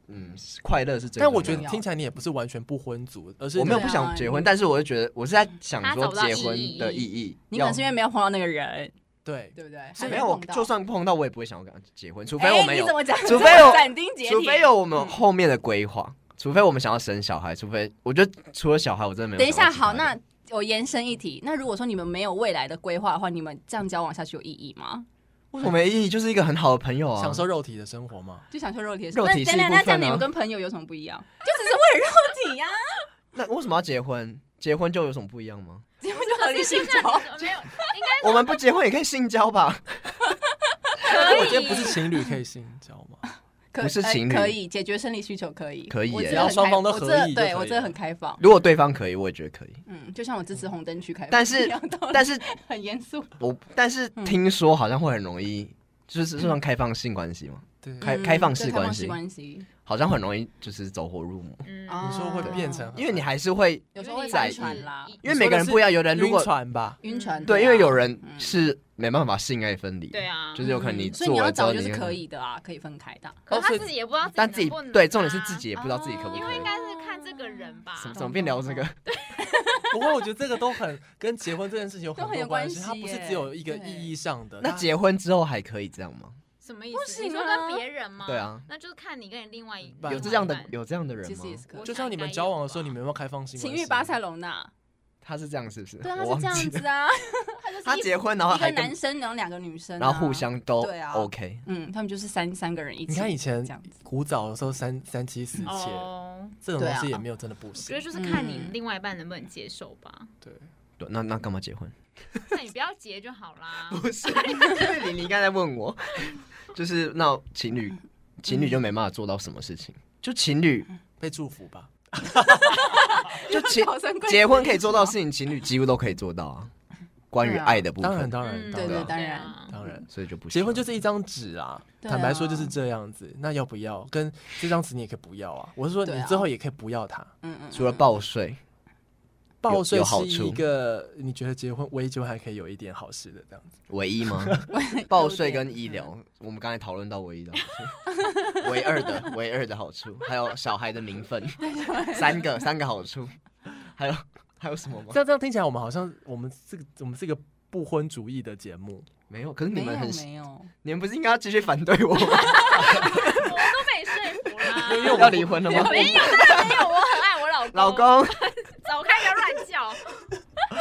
Speaker 2: 嗯，快乐是最重要的。
Speaker 1: 但我觉得听起来你也不是完全不婚族，而是
Speaker 2: 我没有
Speaker 1: 你
Speaker 2: 不
Speaker 4: 对啊
Speaker 2: 想结婚，但是我就觉得我是在想
Speaker 3: 他
Speaker 2: 说
Speaker 3: 找不到
Speaker 2: 结
Speaker 3: 意
Speaker 2: 婚
Speaker 3: 义
Speaker 2: 的意义。
Speaker 4: 你可能是因
Speaker 2: 要
Speaker 4: 为没有碰到那个人，
Speaker 1: 对
Speaker 4: 对不对？
Speaker 2: 是
Speaker 4: 还
Speaker 2: 没有，我
Speaker 4: 碰到
Speaker 2: 就算碰到我也不会想要跟他结婚，除非
Speaker 4: 哎
Speaker 2: 我们
Speaker 4: 你
Speaker 2: 有
Speaker 4: 怎，么讲？
Speaker 2: 除非有
Speaker 4: 斩钉截铁，
Speaker 2: 除非有我们后面的规划，除非我们想要生小孩，除非我觉得除了小孩，我真的没有
Speaker 4: 等一
Speaker 2: 想
Speaker 4: 下，
Speaker 2: 到其他
Speaker 4: 好，
Speaker 2: 的。
Speaker 4: 那我延伸一题，那如果说你们没有未来的规划的话，你们这样交往下去有意义吗？
Speaker 2: 为什么没意义？就是一个很好的朋友啊。
Speaker 1: 享受肉体的生活吗？
Speaker 4: 就享受肉体的
Speaker 2: 肉体
Speaker 4: 那
Speaker 2: 是一
Speaker 4: 那那
Speaker 2: 部
Speaker 4: 这
Speaker 2: 分
Speaker 4: 样你们
Speaker 2: 啊
Speaker 4: 跟朋友有什么不一样？就只是为了肉体啊呀、
Speaker 2: 那为什么要结婚？结婚就有什么不一样吗？
Speaker 4: 结婚就合理性
Speaker 3: 那
Speaker 4: 交。
Speaker 3: 没有
Speaker 2: 我们不结婚也可以性交吧？
Speaker 3: 可以，
Speaker 1: 我觉得不是情侣可以性交吗？
Speaker 4: 可
Speaker 2: 不是
Speaker 4: 呃
Speaker 2: 情侣
Speaker 4: 可以解决生理需求，可以，
Speaker 2: 可以
Speaker 4: 我
Speaker 2: 耶
Speaker 4: 真
Speaker 2: 只
Speaker 4: 的
Speaker 2: 要
Speaker 4: 很
Speaker 1: 双
Speaker 4: 开
Speaker 1: 方都
Speaker 4: 我
Speaker 1: 合
Speaker 4: 真的
Speaker 1: 意就
Speaker 4: 对
Speaker 1: 可
Speaker 4: 我
Speaker 1: 以
Speaker 4: 真的
Speaker 1: 了
Speaker 4: 很开放。
Speaker 2: 如果对方可以，我也觉得可以。
Speaker 4: 嗯，就像我支持红灯区开放，
Speaker 2: 但是
Speaker 4: 一样道理
Speaker 2: 但是
Speaker 4: 很严肃，
Speaker 2: 我但是
Speaker 4: 嗯
Speaker 2: 听说好像会很容易，就是这算开放性关系吗？
Speaker 1: 对，
Speaker 2: 开
Speaker 4: 嗯
Speaker 2: 开放
Speaker 4: 对
Speaker 2: 式
Speaker 4: 开
Speaker 2: 关
Speaker 4: 放
Speaker 2: 系
Speaker 4: 式关系，
Speaker 2: 好像很容易就是走火入魔，
Speaker 3: 嗯
Speaker 4: 啊
Speaker 1: 你说会变成，
Speaker 2: 因为你还是会，
Speaker 4: 有时候会
Speaker 2: 在
Speaker 4: 晕船啦，
Speaker 2: 因为每个人不一样，有人如
Speaker 1: 晕
Speaker 2: 果
Speaker 1: 船吧，
Speaker 4: 晕船
Speaker 2: 对，因
Speaker 4: 啊
Speaker 2: 为有人
Speaker 4: 嗯
Speaker 2: 是没办法性爱分离，
Speaker 3: 对啊
Speaker 2: 就是有可能你
Speaker 4: 嗯所以
Speaker 2: 做
Speaker 4: 你要
Speaker 2: 了之
Speaker 4: 找
Speaker 2: 后
Speaker 4: 就
Speaker 2: 你
Speaker 4: 是可，以的啊，可以分开的啊。
Speaker 3: 可
Speaker 1: 哦
Speaker 3: 他
Speaker 1: 所以
Speaker 3: 自己也不知道，
Speaker 2: 但自己对重点是自己，也不知道自己可不
Speaker 3: 因
Speaker 2: 可
Speaker 3: 为
Speaker 2: 以
Speaker 3: 应。该啊是看这个人吧。
Speaker 2: 怎么怎么变聊这个？
Speaker 1: 不过我觉得这个都很跟结婚这件事情有很
Speaker 4: 都很
Speaker 1: 多
Speaker 4: 有
Speaker 1: 关
Speaker 4: 关
Speaker 1: 系，
Speaker 4: 系
Speaker 1: 它不是
Speaker 4: 耶
Speaker 1: 只有一个
Speaker 4: 对
Speaker 1: 意义上的。
Speaker 2: 那
Speaker 1: 它
Speaker 2: 结婚之后还可以这样吗？
Speaker 3: 什么意思？
Speaker 4: 不行啊嗯
Speaker 3: 你说跟别人吗？
Speaker 2: 对啊，
Speaker 3: 那就是看你跟你另外一
Speaker 1: 办
Speaker 2: 有这样的
Speaker 3: 另外一半
Speaker 2: 有这样的人
Speaker 4: 其
Speaker 2: 吗
Speaker 4: 实？也是可以
Speaker 3: 我。
Speaker 1: 就像你们交往的时候，你们有没有开放性关
Speaker 4: 情
Speaker 1: 系？
Speaker 4: 欲巴塞隆纳，
Speaker 2: 他是这样是不是？
Speaker 4: 对啊，他
Speaker 2: 我
Speaker 4: 是
Speaker 2: 忘
Speaker 4: 这
Speaker 2: 记
Speaker 4: 样
Speaker 2: 了。
Speaker 4: 子 啊，
Speaker 2: 他结婚然后
Speaker 4: 一个
Speaker 2: 还跟
Speaker 4: 男生，然后两个女生，啊
Speaker 2: 然后互，相都
Speaker 4: 对啊
Speaker 2: OK，
Speaker 4: 嗯，他们就是三三个人一起。
Speaker 1: 你看以前
Speaker 4: 这样子，
Speaker 1: 古早的时候三三妻四妾，
Speaker 3: 哦，
Speaker 1: 这种东
Speaker 4: 对
Speaker 1: 西
Speaker 4: 啊
Speaker 1: 也没有真的不
Speaker 3: 我觉
Speaker 1: 行
Speaker 3: 得。就是看你
Speaker 4: 嗯
Speaker 3: 另外一半能不能接受吧。
Speaker 1: 对，
Speaker 2: 对那那干嘛结婚？
Speaker 3: 那你不要结就好啦。
Speaker 2: 不 是，因为你你刚才问我，就是那情侣情侣就没办法做到什么事情，就情侣
Speaker 4: 嗯
Speaker 1: 被祝福吧。
Speaker 2: 就 情
Speaker 4: 好珍贵
Speaker 2: 结婚可以做到的事情，情侣几乎都可以做到啊。关于
Speaker 4: 对啊
Speaker 2: 爱的部分，
Speaker 1: 当然，当然，
Speaker 3: 嗯
Speaker 1: 当
Speaker 4: 对
Speaker 1: 然
Speaker 4: 对，当
Speaker 3: 对
Speaker 4: 然
Speaker 3: 啊
Speaker 1: 当然。
Speaker 2: 所以就不
Speaker 1: 结婚
Speaker 2: 行
Speaker 1: 就是一张纸啊，
Speaker 4: 对啊
Speaker 1: 坦白说就是这样子。那要不要？跟这张纸你也可以不要啊。我是说，
Speaker 4: 对
Speaker 1: 你
Speaker 4: 啊
Speaker 1: 之后也可以不要它。
Speaker 4: 嗯嗯，
Speaker 2: 除了报税，
Speaker 1: 报税
Speaker 2: 有好
Speaker 1: 是
Speaker 2: 处
Speaker 1: 一个你觉得结婚唯一结婚还可以有一点好事的这样子。
Speaker 2: 唯一 吗？报税跟医疗，我们刚才讨论到唯一的好处， 唯二的唯二的好处，还有小孩的名分，三个三个好处，还有还有什么吗
Speaker 1: 这？样这样听起来，我们好像我们这个我们是一个不婚主义的节目，
Speaker 2: 没有，可是你
Speaker 4: 没有
Speaker 2: 们很，
Speaker 4: 没有，
Speaker 2: 你们不是应该要继续反对我吗？
Speaker 3: 我都被说服啦。
Speaker 1: 因为我
Speaker 2: 要离婚了吗？
Speaker 3: 没有，当然没有，我很爱我老公。
Speaker 2: 老，公，
Speaker 3: 走开，不要乱叫。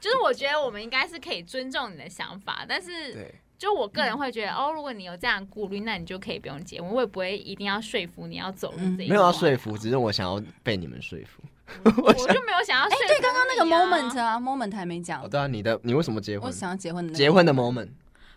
Speaker 3: 就是我觉得我们应该是可以尊重你的想法，但是
Speaker 1: 对，
Speaker 3: 就我个人会觉得，哦，如果你有这样的顾虑，那你就可以不用结婚。我也不会一定要说服你要走入这一
Speaker 2: 嗯没有要啊
Speaker 3: 说
Speaker 2: 说，服，只是我想要被你们说服。
Speaker 3: 我就没有想要说服、
Speaker 4: 哎对，刚刚那个 moment 啊，moment 还没讲
Speaker 2: 哦，，对啊，你的你为什么结
Speaker 4: 我
Speaker 2: 婚？
Speaker 4: 想要结婚的那个
Speaker 2: 结婚的 moment，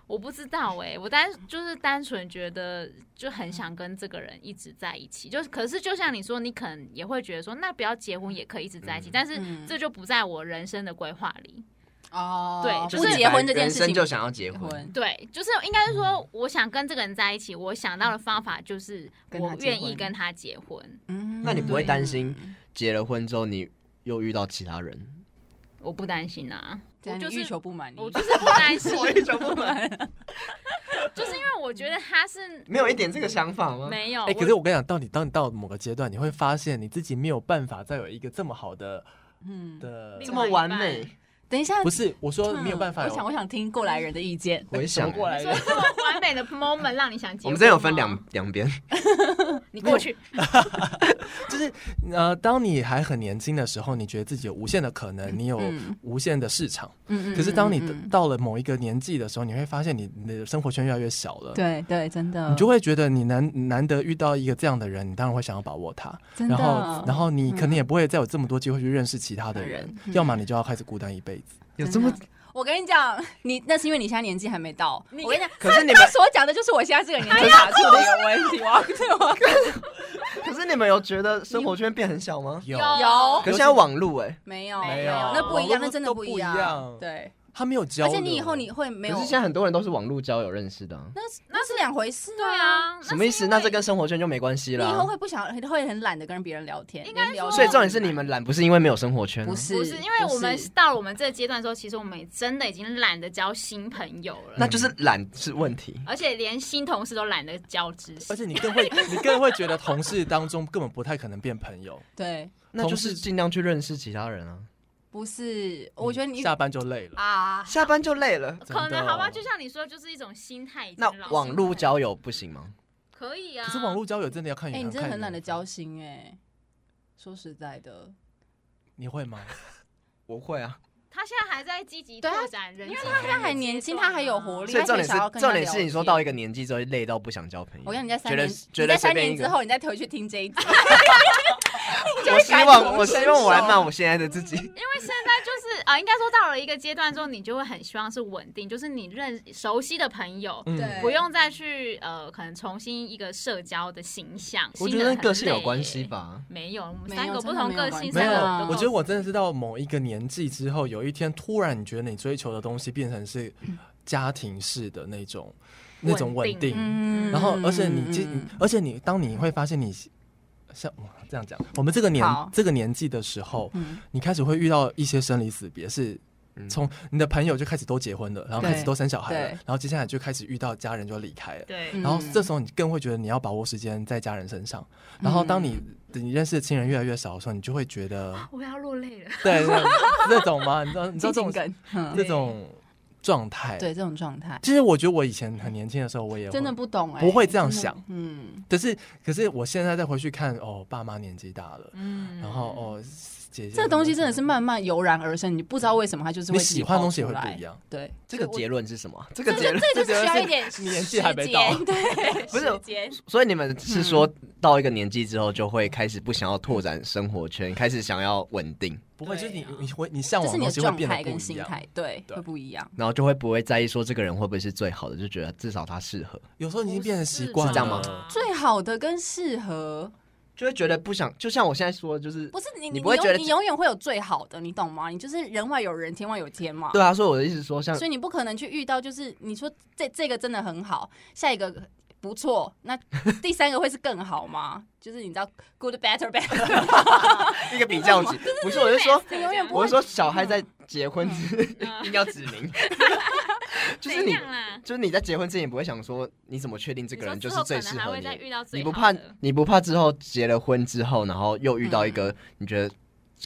Speaker 3: 我不知道哎、我单就是单纯觉得就很想跟这个人一直在一起，就是可是就像你说，你可能也会觉得说，那不要结婚也可以一直在一起，但是
Speaker 4: 嗯
Speaker 3: 这就不在我人生的规划里。
Speaker 4: 哦，
Speaker 3: 对就
Speaker 4: 不
Speaker 3: 是
Speaker 4: 结婚这件事
Speaker 2: 人生
Speaker 4: 情，
Speaker 2: 就想要结
Speaker 4: 结
Speaker 2: 婚。
Speaker 4: 婚，
Speaker 3: 对，就是应该
Speaker 2: 嗯
Speaker 3: 是说，我想跟这个人在一起，我想到的方法就是
Speaker 4: 跟
Speaker 3: 我
Speaker 4: 他结
Speaker 3: 愿意
Speaker 4: 婚
Speaker 3: 跟他结婚，
Speaker 4: 嗯
Speaker 2: 那你不会
Speaker 3: 对
Speaker 2: 担心结了婚之后你又遇到其他人？
Speaker 3: 我不担心啊，
Speaker 4: 对啊
Speaker 3: 我就
Speaker 4: 你
Speaker 3: 是
Speaker 4: 欲求不满意？
Speaker 3: 我就是不担 心，
Speaker 2: 求不满，
Speaker 3: 就是因为我觉得他是
Speaker 2: 没有一点这个想法吗？
Speaker 3: 没
Speaker 4: 啊
Speaker 3: 有，
Speaker 1: 哎、可是我跟你讲，到你当你到某个阶段，你会发现你自己没有办法再有一个这么好的
Speaker 4: 嗯，
Speaker 1: 的
Speaker 3: 另
Speaker 2: 这
Speaker 3: 外
Speaker 2: 么完美，
Speaker 4: 等一下，
Speaker 1: 不是，我说没有办法
Speaker 4: 嗯
Speaker 1: 有。
Speaker 4: 我想，我想听过来人的意见。
Speaker 2: 回想
Speaker 1: 怎么过来
Speaker 3: 说
Speaker 1: 的，
Speaker 3: 这么完美的 moment 让你想结婚，
Speaker 2: 我们真的有分两，两边，
Speaker 3: 你过去，
Speaker 1: 就是呃，当你还很年轻的时候，你觉得自己有无限的可能，你有
Speaker 4: 嗯
Speaker 1: 无限的市场。
Speaker 4: 嗯
Speaker 1: 可是当你
Speaker 4: 嗯
Speaker 1: 的
Speaker 4: 嗯
Speaker 1: 到了某一个年纪的时候，你会发现你你的生活圈越来越小了。
Speaker 4: 对对，真的，
Speaker 1: 你就会觉得你难难得遇到一个这样的人，你当然会想要把握他。
Speaker 4: 真的
Speaker 1: 然后，然后你可能
Speaker 4: 嗯
Speaker 1: 也不会再有这么多机会去认识其他的人，
Speaker 4: 嗯
Speaker 1: 要么你就要开始孤单一辈子。
Speaker 2: 有这么
Speaker 4: 真的 我跟你讲，你那是因为你现在年纪还没到。
Speaker 3: 你
Speaker 4: 我跟你讲，
Speaker 2: 可是你
Speaker 4: 他
Speaker 2: 们
Speaker 4: 所讲的就是我现在这个年纪打出的有问题。我要对我要
Speaker 2: 可是你们有觉得生活圈变很小
Speaker 4: 嗯
Speaker 2: 吗？
Speaker 1: 有
Speaker 4: 有
Speaker 2: 可是现在网路哎，
Speaker 4: 没有
Speaker 3: 没有
Speaker 4: 那不一
Speaker 1: 网络
Speaker 4: 样，那真的
Speaker 1: 都
Speaker 4: 不
Speaker 1: 不一
Speaker 4: 样
Speaker 1: 样。
Speaker 4: 对，
Speaker 1: 他没有交
Speaker 4: 而
Speaker 1: 流，
Speaker 4: 且你以后你会没
Speaker 2: 可
Speaker 4: 有
Speaker 2: 是，现在很多人都是网路交友认识的啊，
Speaker 4: 那是那是两回事。
Speaker 3: 对，啊，
Speaker 2: 什么意思？
Speaker 3: 是因为
Speaker 2: 那这跟生活圈就没关系
Speaker 4: 你以后
Speaker 2: 啦。
Speaker 4: 会不想会很懒得跟别人聊天，
Speaker 3: 应该
Speaker 4: 连聊
Speaker 3: 说
Speaker 2: 所以重点是你们懒，不是因为没有生活圈啊，
Speaker 4: 不是
Speaker 3: 不是，因为我们
Speaker 4: 不是
Speaker 3: 到了我们这个阶段的时候，其实我们也真的已经懒得交新朋友了，
Speaker 2: 那就是懒是问题。
Speaker 3: 而且连新同事都懒得交知
Speaker 1: 而
Speaker 3: 识。
Speaker 1: 且你更会， 你更会觉得同事当中根本不太可能变朋友。
Speaker 4: 对，
Speaker 2: 那就
Speaker 1: 同
Speaker 2: 是
Speaker 1: 事
Speaker 2: 尽量去认识其他人啊。
Speaker 4: 不是， 我觉得你
Speaker 1: 下班就累了，
Speaker 4: 啊，
Speaker 2: 下班就累了，
Speaker 1: 真的哦
Speaker 3: 可能好吧，就像你说，就是一种心态已经
Speaker 2: 那
Speaker 3: 老
Speaker 2: 网络
Speaker 3: 心态
Speaker 2: 交友不行吗？
Speaker 3: 可以啊，
Speaker 1: 可是网络交友真的要看
Speaker 4: 哎、
Speaker 1: 你，
Speaker 4: 你真的很懒得交，心哎、说实在的，
Speaker 1: 你会吗？
Speaker 2: 我会啊，
Speaker 3: 他现在还在积极
Speaker 4: 对他
Speaker 3: 拓展人
Speaker 4: 因
Speaker 3: 生
Speaker 4: 为
Speaker 3: 的阶段啊，
Speaker 4: 他现在还年轻他还有活力
Speaker 2: 所以重点
Speaker 4: 想要
Speaker 2: 是
Speaker 4: 跟他
Speaker 2: 重点
Speaker 4: 聊
Speaker 2: 是你说
Speaker 4: 天
Speaker 2: 到一个年纪之后累到不想交朋友。
Speaker 4: 我跟你在三
Speaker 2: 觉得
Speaker 4: 年，
Speaker 2: 觉
Speaker 4: 你
Speaker 2: 得
Speaker 4: 在
Speaker 2: 随
Speaker 4: 三
Speaker 2: 便一
Speaker 4: 年
Speaker 2: 个
Speaker 4: 之后，你再回去听这一集，
Speaker 2: 我希望我希望我来骂我现在的自己。
Speaker 3: 因为现在就是啊、呃应该说到了一个阶段之后，你就会很希望是稳定，就是你认熟悉的朋友，
Speaker 1: 嗯
Speaker 4: 对
Speaker 3: 不用再去呃，可能重新一个社交的形象。
Speaker 2: 我
Speaker 3: 新
Speaker 2: 觉
Speaker 3: 的
Speaker 2: 得
Speaker 3: 很
Speaker 2: 个性有
Speaker 3: 累
Speaker 2: 关
Speaker 3: 耶
Speaker 2: 系。吧。
Speaker 3: 没有，我们
Speaker 4: 没
Speaker 3: 三
Speaker 4: 有
Speaker 3: 个
Speaker 4: 真
Speaker 3: 不
Speaker 4: 的
Speaker 3: 同
Speaker 4: 没有
Speaker 3: 个
Speaker 4: 关
Speaker 3: 性，
Speaker 4: 系
Speaker 1: 没
Speaker 3: 三
Speaker 1: 有
Speaker 3: 个
Speaker 4: 啊
Speaker 3: 都
Speaker 1: 我
Speaker 3: 够
Speaker 1: 觉得我真的是到某一个年纪之后，有一天突然你觉得你追求的东西变成是家庭式的那种那种稳
Speaker 3: 稳定
Speaker 1: 定，
Speaker 4: 嗯
Speaker 1: 然后而且你记，而且你当你会发现你像哇这样讲，我们这个年
Speaker 4: 好
Speaker 1: 这个年纪的时候，
Speaker 4: 嗯
Speaker 1: 你开始会遇到一些生离死别是。
Speaker 2: 嗯
Speaker 1: 从你的朋友就开始都结婚了，然后开始
Speaker 4: 对
Speaker 1: 都生小孩了，
Speaker 4: 对
Speaker 1: 然后接下来就开始遇到家人就离开了，
Speaker 3: 对，
Speaker 4: 嗯
Speaker 1: 然后这时候你更会觉得你要把握时间在家人身上。然后当你
Speaker 4: 嗯
Speaker 1: 你认识的亲人越来越少的时候，你就会觉得，
Speaker 3: 我要落泪了。
Speaker 1: 对，对这种吗？你知道你知道
Speaker 4: 这
Speaker 1: 这种
Speaker 4: 种梗，嗯
Speaker 1: 这种状态？，
Speaker 4: 对这种状态
Speaker 1: 其实我觉得我以前很年轻的时候，我也会
Speaker 4: 真的不懂哎，
Speaker 1: 不会这样
Speaker 4: 真的
Speaker 1: 想，
Speaker 4: 嗯，
Speaker 1: 可是可是我现在再回去看，哦，爸妈年纪大了，
Speaker 3: 嗯
Speaker 1: 然后哦，姐姐
Speaker 4: 这个东西真的是慢慢油然而生，你不知道为什么它就是会
Speaker 1: 你
Speaker 4: 自己
Speaker 1: 喜欢的
Speaker 4: 跑
Speaker 1: 东西也
Speaker 4: 出
Speaker 1: 会
Speaker 4: 来
Speaker 1: 不一。样，
Speaker 4: 对，
Speaker 2: 这个
Speaker 4: 我
Speaker 2: 结论是什么？这个
Speaker 4: 这
Speaker 2: 结
Speaker 4: 这
Speaker 2: 论，
Speaker 4: 这就
Speaker 1: 这
Speaker 4: 需要
Speaker 1: 就是
Speaker 4: 一点时
Speaker 1: 年
Speaker 4: 间，
Speaker 1: 纪还没到
Speaker 4: 对，
Speaker 2: 不是
Speaker 4: 时间
Speaker 2: 所以你们是说到一个年纪之后就会开始不想要拓展生活圈，开始想要稳定，
Speaker 1: 不会，就
Speaker 4: 对
Speaker 1: 是你
Speaker 4: 啊
Speaker 1: 你会你向
Speaker 4: 这
Speaker 1: 往
Speaker 4: 是你
Speaker 1: 的东
Speaker 4: 的
Speaker 1: 西会
Speaker 4: 状
Speaker 1: 变得
Speaker 4: 态
Speaker 1: 不
Speaker 4: 跟
Speaker 1: 一
Speaker 4: 心
Speaker 1: 样。
Speaker 4: 态，对，
Speaker 1: 对
Speaker 4: 会不一样。
Speaker 2: 然后就会不会在意说这个人会不会是最好的，就觉得至少他适合，
Speaker 1: 有时候你已经
Speaker 3: 不
Speaker 1: 变成
Speaker 3: 是
Speaker 1: 习惯了，
Speaker 2: 这样吗
Speaker 4: 最好的跟适合，
Speaker 2: 就会觉得不想。就像我现在说的，就是
Speaker 4: 不是你
Speaker 2: 你不会觉得
Speaker 4: 永你永远会有最好的，你懂吗？你就是人外有人，天外有天嘛。
Speaker 2: 对啊，所以我的意思是说，像
Speaker 4: 所以你不可能去遇到，就是你说这这个真的很好，下一个不错，那第三个会是更好吗？就是你知道 good better better，
Speaker 2: 一个比较级，不是，我是说，
Speaker 4: 你永远不
Speaker 2: 我
Speaker 4: 会
Speaker 2: 是说小孩在结婚之硬要指明，就是
Speaker 3: 怎
Speaker 2: 你
Speaker 3: 样啊啦？
Speaker 2: 就是你在结婚之前不会想说你怎么确定这
Speaker 3: 这
Speaker 2: 个人就是最适合
Speaker 3: 会再
Speaker 2: 你，
Speaker 3: 遇到最
Speaker 2: 你不
Speaker 3: 好
Speaker 2: 怕
Speaker 3: 的
Speaker 2: 你不怕之后结了婚之后，然后又遇到一个你觉得嗯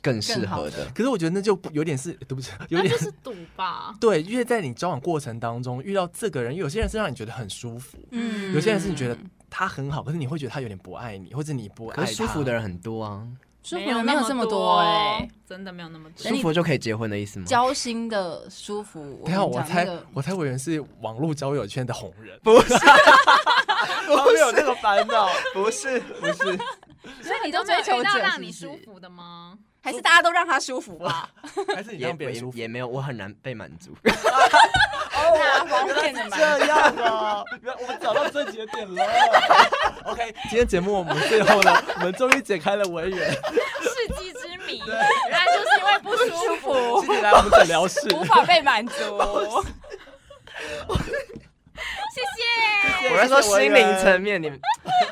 Speaker 2: 更适
Speaker 4: 更好
Speaker 2: 合
Speaker 4: 的
Speaker 2: 的，
Speaker 1: 可是我觉得那就有点是， 对不起，有
Speaker 3: 那
Speaker 1: 点
Speaker 3: 就是赌吧。
Speaker 1: 对，因为在你交往过程当中遇到这个人，有些人是让你觉得很舒服，
Speaker 3: 嗯
Speaker 1: 有些人是你觉得他很好，可是你会觉得他有点不爱你，或者你不爱
Speaker 2: 可
Speaker 1: 他
Speaker 2: 是舒服的人很多啊，
Speaker 4: 舒服
Speaker 3: 有
Speaker 4: 的
Speaker 3: 那
Speaker 4: 没有
Speaker 3: 么
Speaker 4: 这么
Speaker 3: 多
Speaker 4: 多哎，，
Speaker 3: 真的没有那么多
Speaker 4: 等
Speaker 2: 舒
Speaker 4: 你。
Speaker 2: 服就可以结婚的意思吗？
Speaker 4: 交心的舒服。
Speaker 1: 等一下，
Speaker 4: 跟你
Speaker 1: 我
Speaker 4: 讲
Speaker 1: 猜
Speaker 4: 那个，
Speaker 1: 我猜委员是网络交友圈的红 人，
Speaker 2: 不 是，
Speaker 1: 我没有那个烦恼。
Speaker 2: 不是，不是，
Speaker 4: 所以你
Speaker 3: 都
Speaker 4: 都
Speaker 3: 没有
Speaker 4: 追求
Speaker 3: 遇
Speaker 4: 者
Speaker 3: 到
Speaker 4: 是
Speaker 3: 让
Speaker 4: 不
Speaker 3: 你
Speaker 4: 是
Speaker 3: 舒服的吗？
Speaker 4: 还是大家都让他舒服 吧？
Speaker 1: 还是你
Speaker 2: 也
Speaker 1: 让别人
Speaker 2: 也
Speaker 1: 舒服？
Speaker 2: 也没有，我很难被满足。
Speaker 4: 哦，方便的嘛。
Speaker 1: 样啊！原来我们找到这节点了。OK，今天节目我们最后呢，我们终于解开了文 员，
Speaker 3: 世纪之谜，原来就是因为不舒服。
Speaker 1: 谢谢来我们诊疗室。
Speaker 4: 无法被满足，
Speaker 3: 谢谢。
Speaker 2: 我在说心灵层面，你们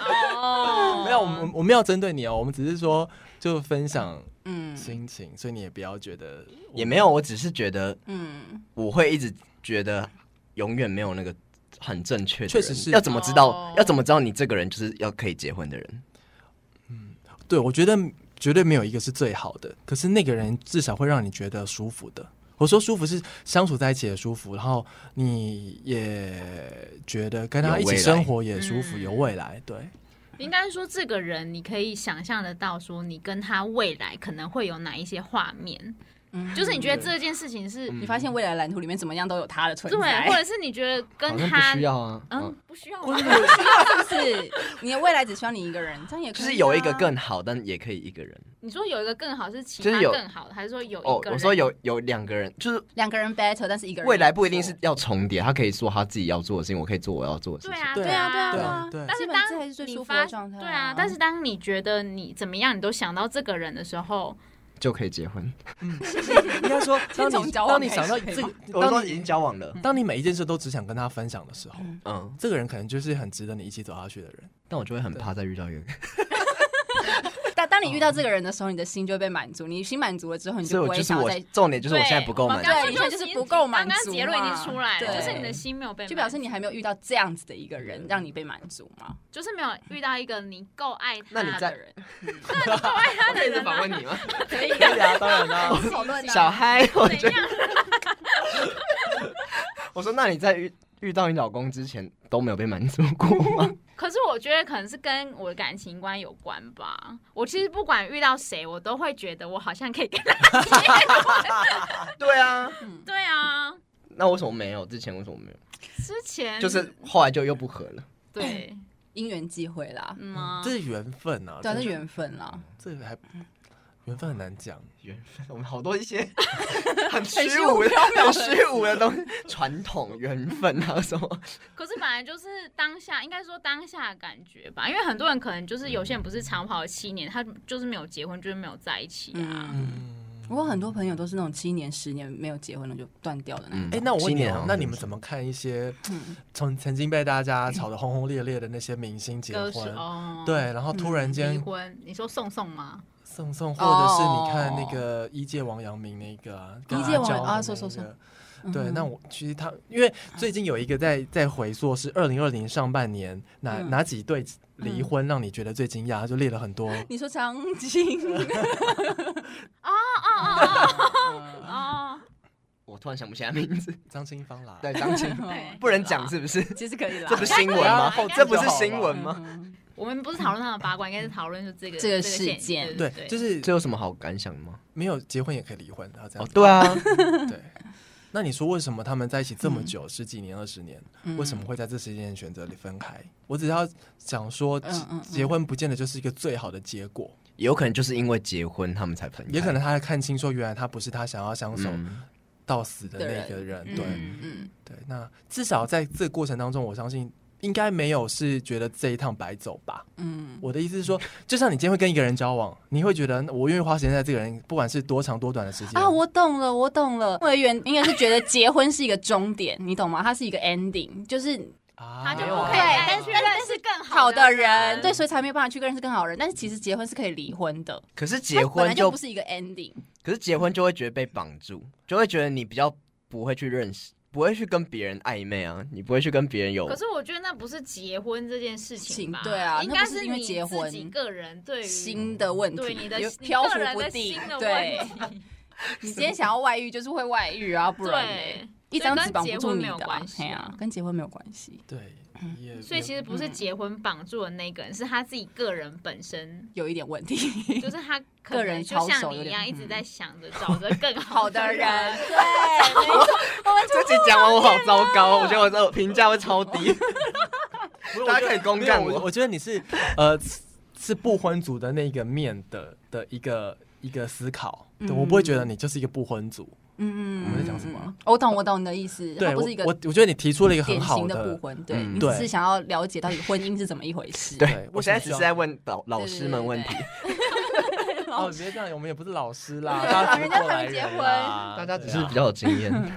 Speaker 3: 哦，
Speaker 1: 没有，我们我们没有针对你哦，我们只是说就分享
Speaker 4: 嗯
Speaker 1: 心情，所以你也不要觉得 我
Speaker 2: 也没有，我只是觉得
Speaker 4: 嗯，
Speaker 2: 我会一直觉得永远没有那个很正确的人，
Speaker 1: 确实是
Speaker 2: 要怎么知道、
Speaker 3: 哦
Speaker 2: 要怎么知道你这个人就是要可以结婚的人？
Speaker 1: 对，我觉得绝对没有一个是最好的，可是那个人至少会让你觉得舒服的。我说舒服是相处在一起也舒服，然后你也觉得跟他一起生活也舒服，有
Speaker 3: 有
Speaker 1: 未来。对，
Speaker 3: 应该说这个人，你可以想象得到，说你跟他未来可能会有哪一些画面，
Speaker 4: 嗯
Speaker 3: 就是你觉得这件事情
Speaker 2: 嗯
Speaker 3: 是
Speaker 4: 你发现未来蓝图里面怎么样都有他的存
Speaker 3: 对，或
Speaker 4: 在，
Speaker 3: 者是你觉得跟
Speaker 2: 好像
Speaker 3: 他
Speaker 2: 不需，要啊，
Speaker 3: 嗯
Speaker 2: 嗯，，
Speaker 3: 不需要
Speaker 4: 不
Speaker 3: 吗
Speaker 4: 是？不需要，是不是？ 你的未来只需要你一个人，这样也可以
Speaker 2: 就
Speaker 4: 啊
Speaker 2: 是有一个更好，但也可以一个人。
Speaker 3: 你说有一个更好是其
Speaker 2: 就
Speaker 3: 他
Speaker 2: 是有
Speaker 3: 更好的，还是说有
Speaker 2: 哦
Speaker 3: 一，个人？
Speaker 2: 我说有有两个人，就是
Speaker 4: 两个人 better，但是一个人
Speaker 2: 未来不一定是要重叠，他可以做他自己要做的事情，我可以做我要做的事
Speaker 3: 对
Speaker 2: 情。
Speaker 3: 啊，
Speaker 1: 对
Speaker 4: 对
Speaker 3: 啊
Speaker 4: 啊，对啊，
Speaker 1: 对啊
Speaker 4: 啊，
Speaker 1: 对
Speaker 3: 但是
Speaker 4: 基本
Speaker 3: 当
Speaker 4: 这才是最
Speaker 3: 你
Speaker 4: 舒服
Speaker 3: 发
Speaker 4: 的状态啊
Speaker 3: 对啊，但是当你觉得你怎么样，你都想到这个人的时候，
Speaker 2: 就可以结婚。
Speaker 1: 应该说，当
Speaker 4: 从
Speaker 1: 你
Speaker 4: 交往
Speaker 1: 当你
Speaker 4: 开
Speaker 1: 想到
Speaker 4: 始
Speaker 1: 这 个，
Speaker 2: 我说
Speaker 1: 当
Speaker 2: 已经
Speaker 1: 你
Speaker 2: 交往了，
Speaker 1: 当你每一件事都只想跟他分享的时候，
Speaker 2: 嗯，
Speaker 1: 这个人可能就是很值得你一起走下去的人。
Speaker 2: 但我就会很怕再遇到一个，
Speaker 4: 当当你遇到这个人的时候，你的心就会被满足，你心满足了之后，你
Speaker 2: 嗯所以
Speaker 4: 不
Speaker 2: 我
Speaker 4: 会
Speaker 2: 就是
Speaker 4: 想要
Speaker 2: 我
Speaker 4: 再，
Speaker 2: 重点就是我
Speaker 3: 对
Speaker 2: 现在不够满
Speaker 3: 我
Speaker 2: 足
Speaker 3: 刚。刚
Speaker 4: 对你现在就是
Speaker 3: 已经
Speaker 4: 不够满
Speaker 3: 刚刚
Speaker 4: 足嘛
Speaker 3: 结论已经出来了，
Speaker 4: 对
Speaker 3: 就是你的心没有被满足，
Speaker 4: 就表示你还没有遇到这样子的一个人，让你被满足嘛。
Speaker 3: 就是没有遇到一个你够爱他
Speaker 2: 那你在
Speaker 3: 的人，那你够爱
Speaker 2: 我
Speaker 3: 他
Speaker 2: 可
Speaker 3: 的
Speaker 2: 以一直
Speaker 3: 人
Speaker 2: 访
Speaker 3: 吗？
Speaker 2: 问 你吗？
Speaker 3: 可以啊，
Speaker 1: 对啊，当然啦、
Speaker 4: 讨论
Speaker 2: 小嗨，我觉
Speaker 3: 怎
Speaker 2: 得
Speaker 3: 样？
Speaker 2: 我说，那你在遇遇到你老公之前都没有被满足过吗？
Speaker 3: 可是我我觉得可能是跟我的感情观有关吧。我其实不管遇到谁，我都会觉得我好像可以跟他。
Speaker 2: 对啊，
Speaker 3: 对啊，
Speaker 2: 那为什么没有？之前为什么没有？
Speaker 3: 之前
Speaker 2: 就是后来就又不合了。
Speaker 3: 对
Speaker 4: 因缘际会啦，
Speaker 3: 嗯啊
Speaker 1: 这是缘分啊，
Speaker 4: 对啊，
Speaker 1: 这
Speaker 4: 是缘分啦，
Speaker 1: 这还缘分很难讲。
Speaker 2: 缘分，我们好多一 些很
Speaker 4: 虚
Speaker 2: 虚
Speaker 4: 无
Speaker 2: 无的、
Speaker 4: 缥缈的
Speaker 2: 很虚无的东西，传统缘分啊什么，
Speaker 3: 可是本来就是当下，应该说当下的感觉吧，因为很多人可能就是有些人不是长跑了七年，他就是没有结婚，就是没有在一起啊。
Speaker 4: 嗯。我很多朋友都是那种七年、十年没有结婚了就断掉的那种。
Speaker 1: 哎、那我问
Speaker 2: 七
Speaker 1: 你
Speaker 2: 年
Speaker 1: 哦
Speaker 2: 啊，
Speaker 1: 那你们怎么看一些从曾经被大家吵得轰轰烈烈的那些明星嗯结
Speaker 3: 歌手
Speaker 1: 婚？
Speaker 4: 嗯
Speaker 3: 哦，，
Speaker 1: 对，然后突然
Speaker 3: 离
Speaker 1: 间
Speaker 3: 婚，你说宋宋吗？
Speaker 1: 宋宋，或者是你看那个一届王阳明那个啊，跟
Speaker 4: 哦一
Speaker 1: 阿
Speaker 4: 届王
Speaker 1: 娇的
Speaker 4: 啊
Speaker 1: 那
Speaker 4: 说说嗯
Speaker 1: 个
Speaker 4: 说
Speaker 1: 嗯对，那我其实他因为最近有一个在在回溯是二零二零上半年哪、
Speaker 4: 嗯
Speaker 1: 哪几对离婚让你觉得最惊讶，就列了很多。
Speaker 4: 你说张晶，
Speaker 3: 哦哦
Speaker 4: 啊
Speaker 3: 哦哦，
Speaker 2: 我突然想不起来名字。
Speaker 1: 张清芳啦，
Speaker 2: 对，张 青
Speaker 3: 对啊
Speaker 2: 不能讲是不是？
Speaker 4: 其实可以啦
Speaker 2: 这不是新闻吗
Speaker 3: 应该可以啦？
Speaker 2: 这不是新闻吗？
Speaker 4: 嗯
Speaker 3: 我们不是讨论他的八卦，应该是讨论就这个
Speaker 4: 这个
Speaker 3: 现象
Speaker 4: 事件
Speaker 1: 对，
Speaker 3: 对，
Speaker 1: 就是
Speaker 2: 这有什么好感想吗？
Speaker 1: 没有结婚也可以离婚，然后这样
Speaker 2: 哦，
Speaker 1: 子、
Speaker 2: 对 啊，
Speaker 1: 对。那你说为什么他们在一起这么久，十几年、二十年，
Speaker 4: 嗯
Speaker 1: 为什么会在这时间选择分开？我只要想说，
Speaker 4: 嗯嗯
Speaker 1: 结婚不见得就是一个最好的结果，
Speaker 2: 有可能就是因为结婚他们才分开，
Speaker 1: 也可能他还看清说，原来他不是他想要相守
Speaker 2: 嗯
Speaker 1: 到死的那个人，对。
Speaker 3: 嗯
Speaker 4: 嗯，
Speaker 1: 对，那至少在这过程当中，我相信应该没有是觉得这一趟白走吧。
Speaker 4: 嗯，
Speaker 1: 我的意思是说，就像你今天会跟一个人交往，你会觉得我愿意花时间在这个人，不管是多长多短的时间
Speaker 4: 啊，我懂了，我懂了。委员应该是觉得结婚是一个终点，你懂吗？它是一个 ending，就是
Speaker 1: 啊
Speaker 3: 他就
Speaker 4: 有
Speaker 3: 不
Speaker 4: 啊
Speaker 3: 可以
Speaker 4: 对
Speaker 3: 再
Speaker 4: 但
Speaker 3: 去
Speaker 4: 是
Speaker 3: 认识更
Speaker 4: 好的人，
Speaker 3: 人，
Speaker 4: 对，所以才没有办法去认识更好的人。但是其实结婚是可以离婚的，
Speaker 2: 可是结
Speaker 4: 它本来
Speaker 2: 婚
Speaker 4: 就
Speaker 2: 就
Speaker 4: 不，是一个 ending。
Speaker 2: 可是结婚就会觉得被绑住，就会觉得你比较不会去认识，不会去跟别人暧昧啊，你不会去跟别人有
Speaker 3: 可。是我觉得那不是结婚这件事情吧？
Speaker 4: 情对啊
Speaker 3: 应
Speaker 4: 那
Speaker 3: 该
Speaker 4: 不是因为
Speaker 3: 你
Speaker 4: 结
Speaker 3: 自
Speaker 4: 婚
Speaker 3: 己个人对于
Speaker 4: 新的问题，
Speaker 3: 对你的
Speaker 4: 有
Speaker 3: 你
Speaker 4: 漂
Speaker 3: 个
Speaker 4: 浮
Speaker 3: 人
Speaker 4: 不
Speaker 3: 的
Speaker 4: 定
Speaker 3: 新的，
Speaker 4: 对
Speaker 3: 问题，
Speaker 4: 你今天想要外遇就是会外遇啊， 不然嘞
Speaker 3: 对，
Speaker 4: 一张纸绑不住
Speaker 3: 所以跟结婚
Speaker 4: 你
Speaker 3: 没有
Speaker 4: 的啊
Speaker 3: 关，系
Speaker 4: 哎
Speaker 3: 啊
Speaker 4: 呀，跟结婚没有关系，
Speaker 1: 对，
Speaker 4: 嗯
Speaker 1: 也
Speaker 3: 所以其实不是结婚绑住的那个人，是他自己个人本 身，
Speaker 4: 有一点问题。
Speaker 3: 就是他可
Speaker 4: 个
Speaker 3: 能
Speaker 4: 人
Speaker 3: 就
Speaker 4: 操
Speaker 3: 像
Speaker 4: 守
Speaker 3: 你
Speaker 4: 有
Speaker 3: 一
Speaker 4: 点
Speaker 3: 样，一直在想着找着更
Speaker 4: 好的
Speaker 3: 的
Speaker 4: 人，
Speaker 3: 人。
Speaker 4: 对，没错
Speaker 2: 这集讲完我好糟糕，我觉得我的评价会超低。
Speaker 1: 我
Speaker 2: 大家可以公干
Speaker 1: 没有我，
Speaker 2: 我
Speaker 1: 我觉得你是呃是是不婚族的那个面的的一个一个思考，对我不会觉得你就是一个不婚族。
Speaker 4: 嗯，
Speaker 1: 我们在讲什么啊
Speaker 4: 嗯？我懂，我懂你的意思，它
Speaker 1: 对，
Speaker 4: 不
Speaker 1: 我
Speaker 4: 是一个
Speaker 1: 我我觉得你提出了一个很
Speaker 4: 典
Speaker 1: 好
Speaker 4: 型的不婚，对
Speaker 2: 嗯
Speaker 4: 你只
Speaker 1: 对
Speaker 4: 是想要了解到底婚姻是怎么一回事。
Speaker 1: 对
Speaker 2: 对，
Speaker 1: 为
Speaker 2: 哎我
Speaker 1: 什
Speaker 2: 现
Speaker 1: 么
Speaker 2: 在只是在问老老师们问题，
Speaker 1: 哦，别这样，我们也不是老师啦，
Speaker 4: 对
Speaker 1: 大家
Speaker 4: 人
Speaker 1: 是
Speaker 4: 家
Speaker 1: 过来
Speaker 4: 才没结
Speaker 1: 人
Speaker 4: 婚
Speaker 1: 啦，
Speaker 2: 大家只
Speaker 1: 对
Speaker 2: 是
Speaker 1: 啊
Speaker 2: 比较有经 验。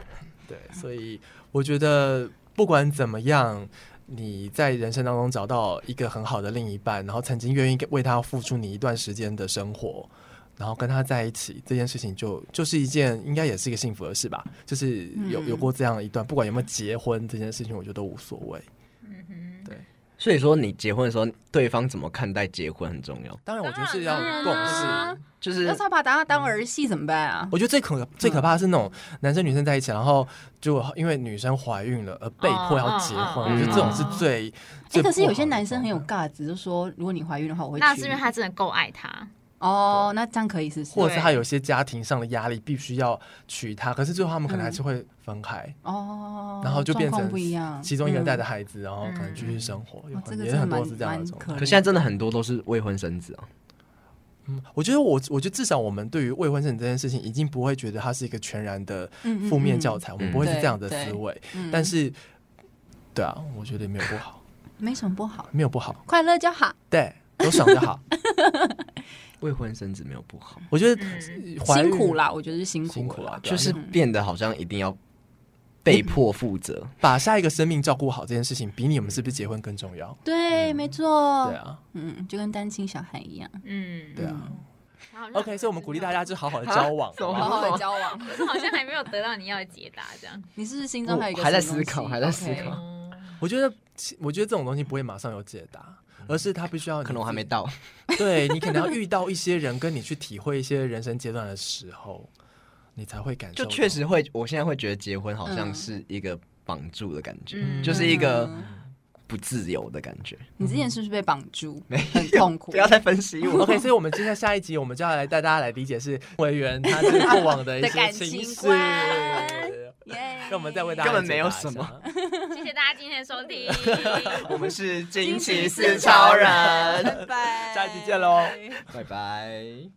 Speaker 1: 对，所以我觉得不管怎么样，你在人生当中找到一个很好的另一半，然后曾经愿意为他付出你一段时间的生活，然后跟他在一起，这件事情就就是一件应该也是一个幸福的事吧。就是有
Speaker 4: 嗯
Speaker 1: 有过这样一段，不管有没有结婚这件事情，我觉得都无所谓。
Speaker 3: 嗯哼，
Speaker 2: 所以说，你结婚的时候，对方怎么看待结婚很重要。
Speaker 1: 当然，我觉得是要
Speaker 3: 当然
Speaker 1: 共
Speaker 3: 啊
Speaker 1: 识。
Speaker 2: 就是
Speaker 4: 那他把他当儿戏怎么办啊？
Speaker 1: 我觉得最可最可怕的是那种男生女生在一起，然后就因为女生怀孕了而被迫要结婚，
Speaker 3: 嗯
Speaker 1: 我觉得这种是最。
Speaker 4: 哎，
Speaker 1: 最
Speaker 4: 可是有
Speaker 1: 不好
Speaker 4: 些
Speaker 1: 的
Speaker 4: 男生很有
Speaker 1: 状态
Speaker 4: 尬，只是说如果你怀孕的话，我会
Speaker 3: 那
Speaker 4: 娶
Speaker 3: 是因为
Speaker 4: 你
Speaker 3: 他真的够爱他，
Speaker 4: 哦，那这样可以是不是
Speaker 1: 或者是他有一些家庭上的压力，必须要娶她，可是最后他们可能还是会分开，
Speaker 4: 嗯哦，
Speaker 1: 然后就变
Speaker 4: 状况
Speaker 1: 成
Speaker 4: 不一样，
Speaker 1: 其中一个人带
Speaker 4: 嗯
Speaker 1: 着孩子，然后可能继续生活，有
Speaker 4: 哦
Speaker 1: 可
Speaker 4: 这
Speaker 1: 能
Speaker 4: 个
Speaker 1: 也
Speaker 4: 真的
Speaker 1: 很多
Speaker 4: 蛮
Speaker 1: 是这样的
Speaker 4: 蛮
Speaker 1: 状
Speaker 4: 可
Speaker 1: 况
Speaker 2: 可。现在真的很多都是未婚生子啊，
Speaker 1: 嗯我觉得我我觉得至少我们对于未婚生子这件事情，已经不会觉得它是一个全然的
Speaker 4: 嗯嗯
Speaker 1: 负面
Speaker 4: 嗯
Speaker 1: 教材，我
Speaker 2: 嗯
Speaker 1: 们不会是
Speaker 4: 对
Speaker 1: 这样的
Speaker 4: 对
Speaker 1: 思维。
Speaker 4: 嗯
Speaker 1: 但是，对啊，我觉得也没有不好，
Speaker 4: 没什么不好，
Speaker 1: 没有不好，
Speaker 4: 快乐就好。
Speaker 1: 对，有爽就 好。
Speaker 2: 未婚生子没有不好，
Speaker 1: 我觉得
Speaker 3: 嗯
Speaker 1: 怀
Speaker 4: 辛
Speaker 1: 孕
Speaker 4: 苦啦，我觉得是辛苦
Speaker 1: 辛苦啦，对啊
Speaker 2: 就是
Speaker 4: 嗯
Speaker 2: 变得好像一定要被迫负责。
Speaker 1: 把下一个生命照顾好这件事情，比你们是不是结婚更重要。
Speaker 4: 对，没错
Speaker 1: 对，啊，
Speaker 4: 嗯，就跟单亲小孩一样，
Speaker 3: 嗯，
Speaker 1: 对啊。
Speaker 3: 然后让
Speaker 1: OK，所以我们鼓励大家就好好的交往，啊好不好
Speaker 4: 好好交往。
Speaker 3: 可是好像还没有得到你要的解答，这 样。
Speaker 4: 你是不是心中还有一个
Speaker 2: 我还在
Speaker 4: 什么东西
Speaker 2: 思考还在思
Speaker 4: OK
Speaker 1: 啊
Speaker 2: 考
Speaker 4: 嗯
Speaker 1: 我觉得其，我觉得这种东西不会马上有解答，而是他必须要你
Speaker 2: 可能我还没
Speaker 1: 自
Speaker 2: 到，
Speaker 1: 己，对你可能要遇到一些人，跟你去体会一些人生阶段的时候，你才会感受
Speaker 2: 就
Speaker 1: 到。
Speaker 2: 确实会，我现在会觉得结婚好像是一个绑住的感觉，就是一个
Speaker 4: 嗯
Speaker 2: 不自由的感觉。
Speaker 4: 你之前是不是被绑住？
Speaker 2: 没
Speaker 4: 很痛苦
Speaker 2: 不。要再分析我。
Speaker 1: OK，所以我们今天下一集，我们就要来带大家来理解是委员他对过往的一
Speaker 4: 的
Speaker 1: 些
Speaker 4: 感
Speaker 1: 情
Speaker 4: 情
Speaker 1: 史
Speaker 4: 观，
Speaker 1: 让我们再为大家
Speaker 2: 根本
Speaker 1: 解
Speaker 2: 没有
Speaker 1: 答一
Speaker 2: 什
Speaker 1: 下
Speaker 2: 么。
Speaker 3: 谢谢大家今天的收听，
Speaker 2: 我们是惊奇
Speaker 4: 奇
Speaker 2: 四
Speaker 4: 四
Speaker 2: 超
Speaker 4: 超
Speaker 2: 人，
Speaker 4: 拜拜，
Speaker 1: 下一集见喽。
Speaker 2: 拜拜。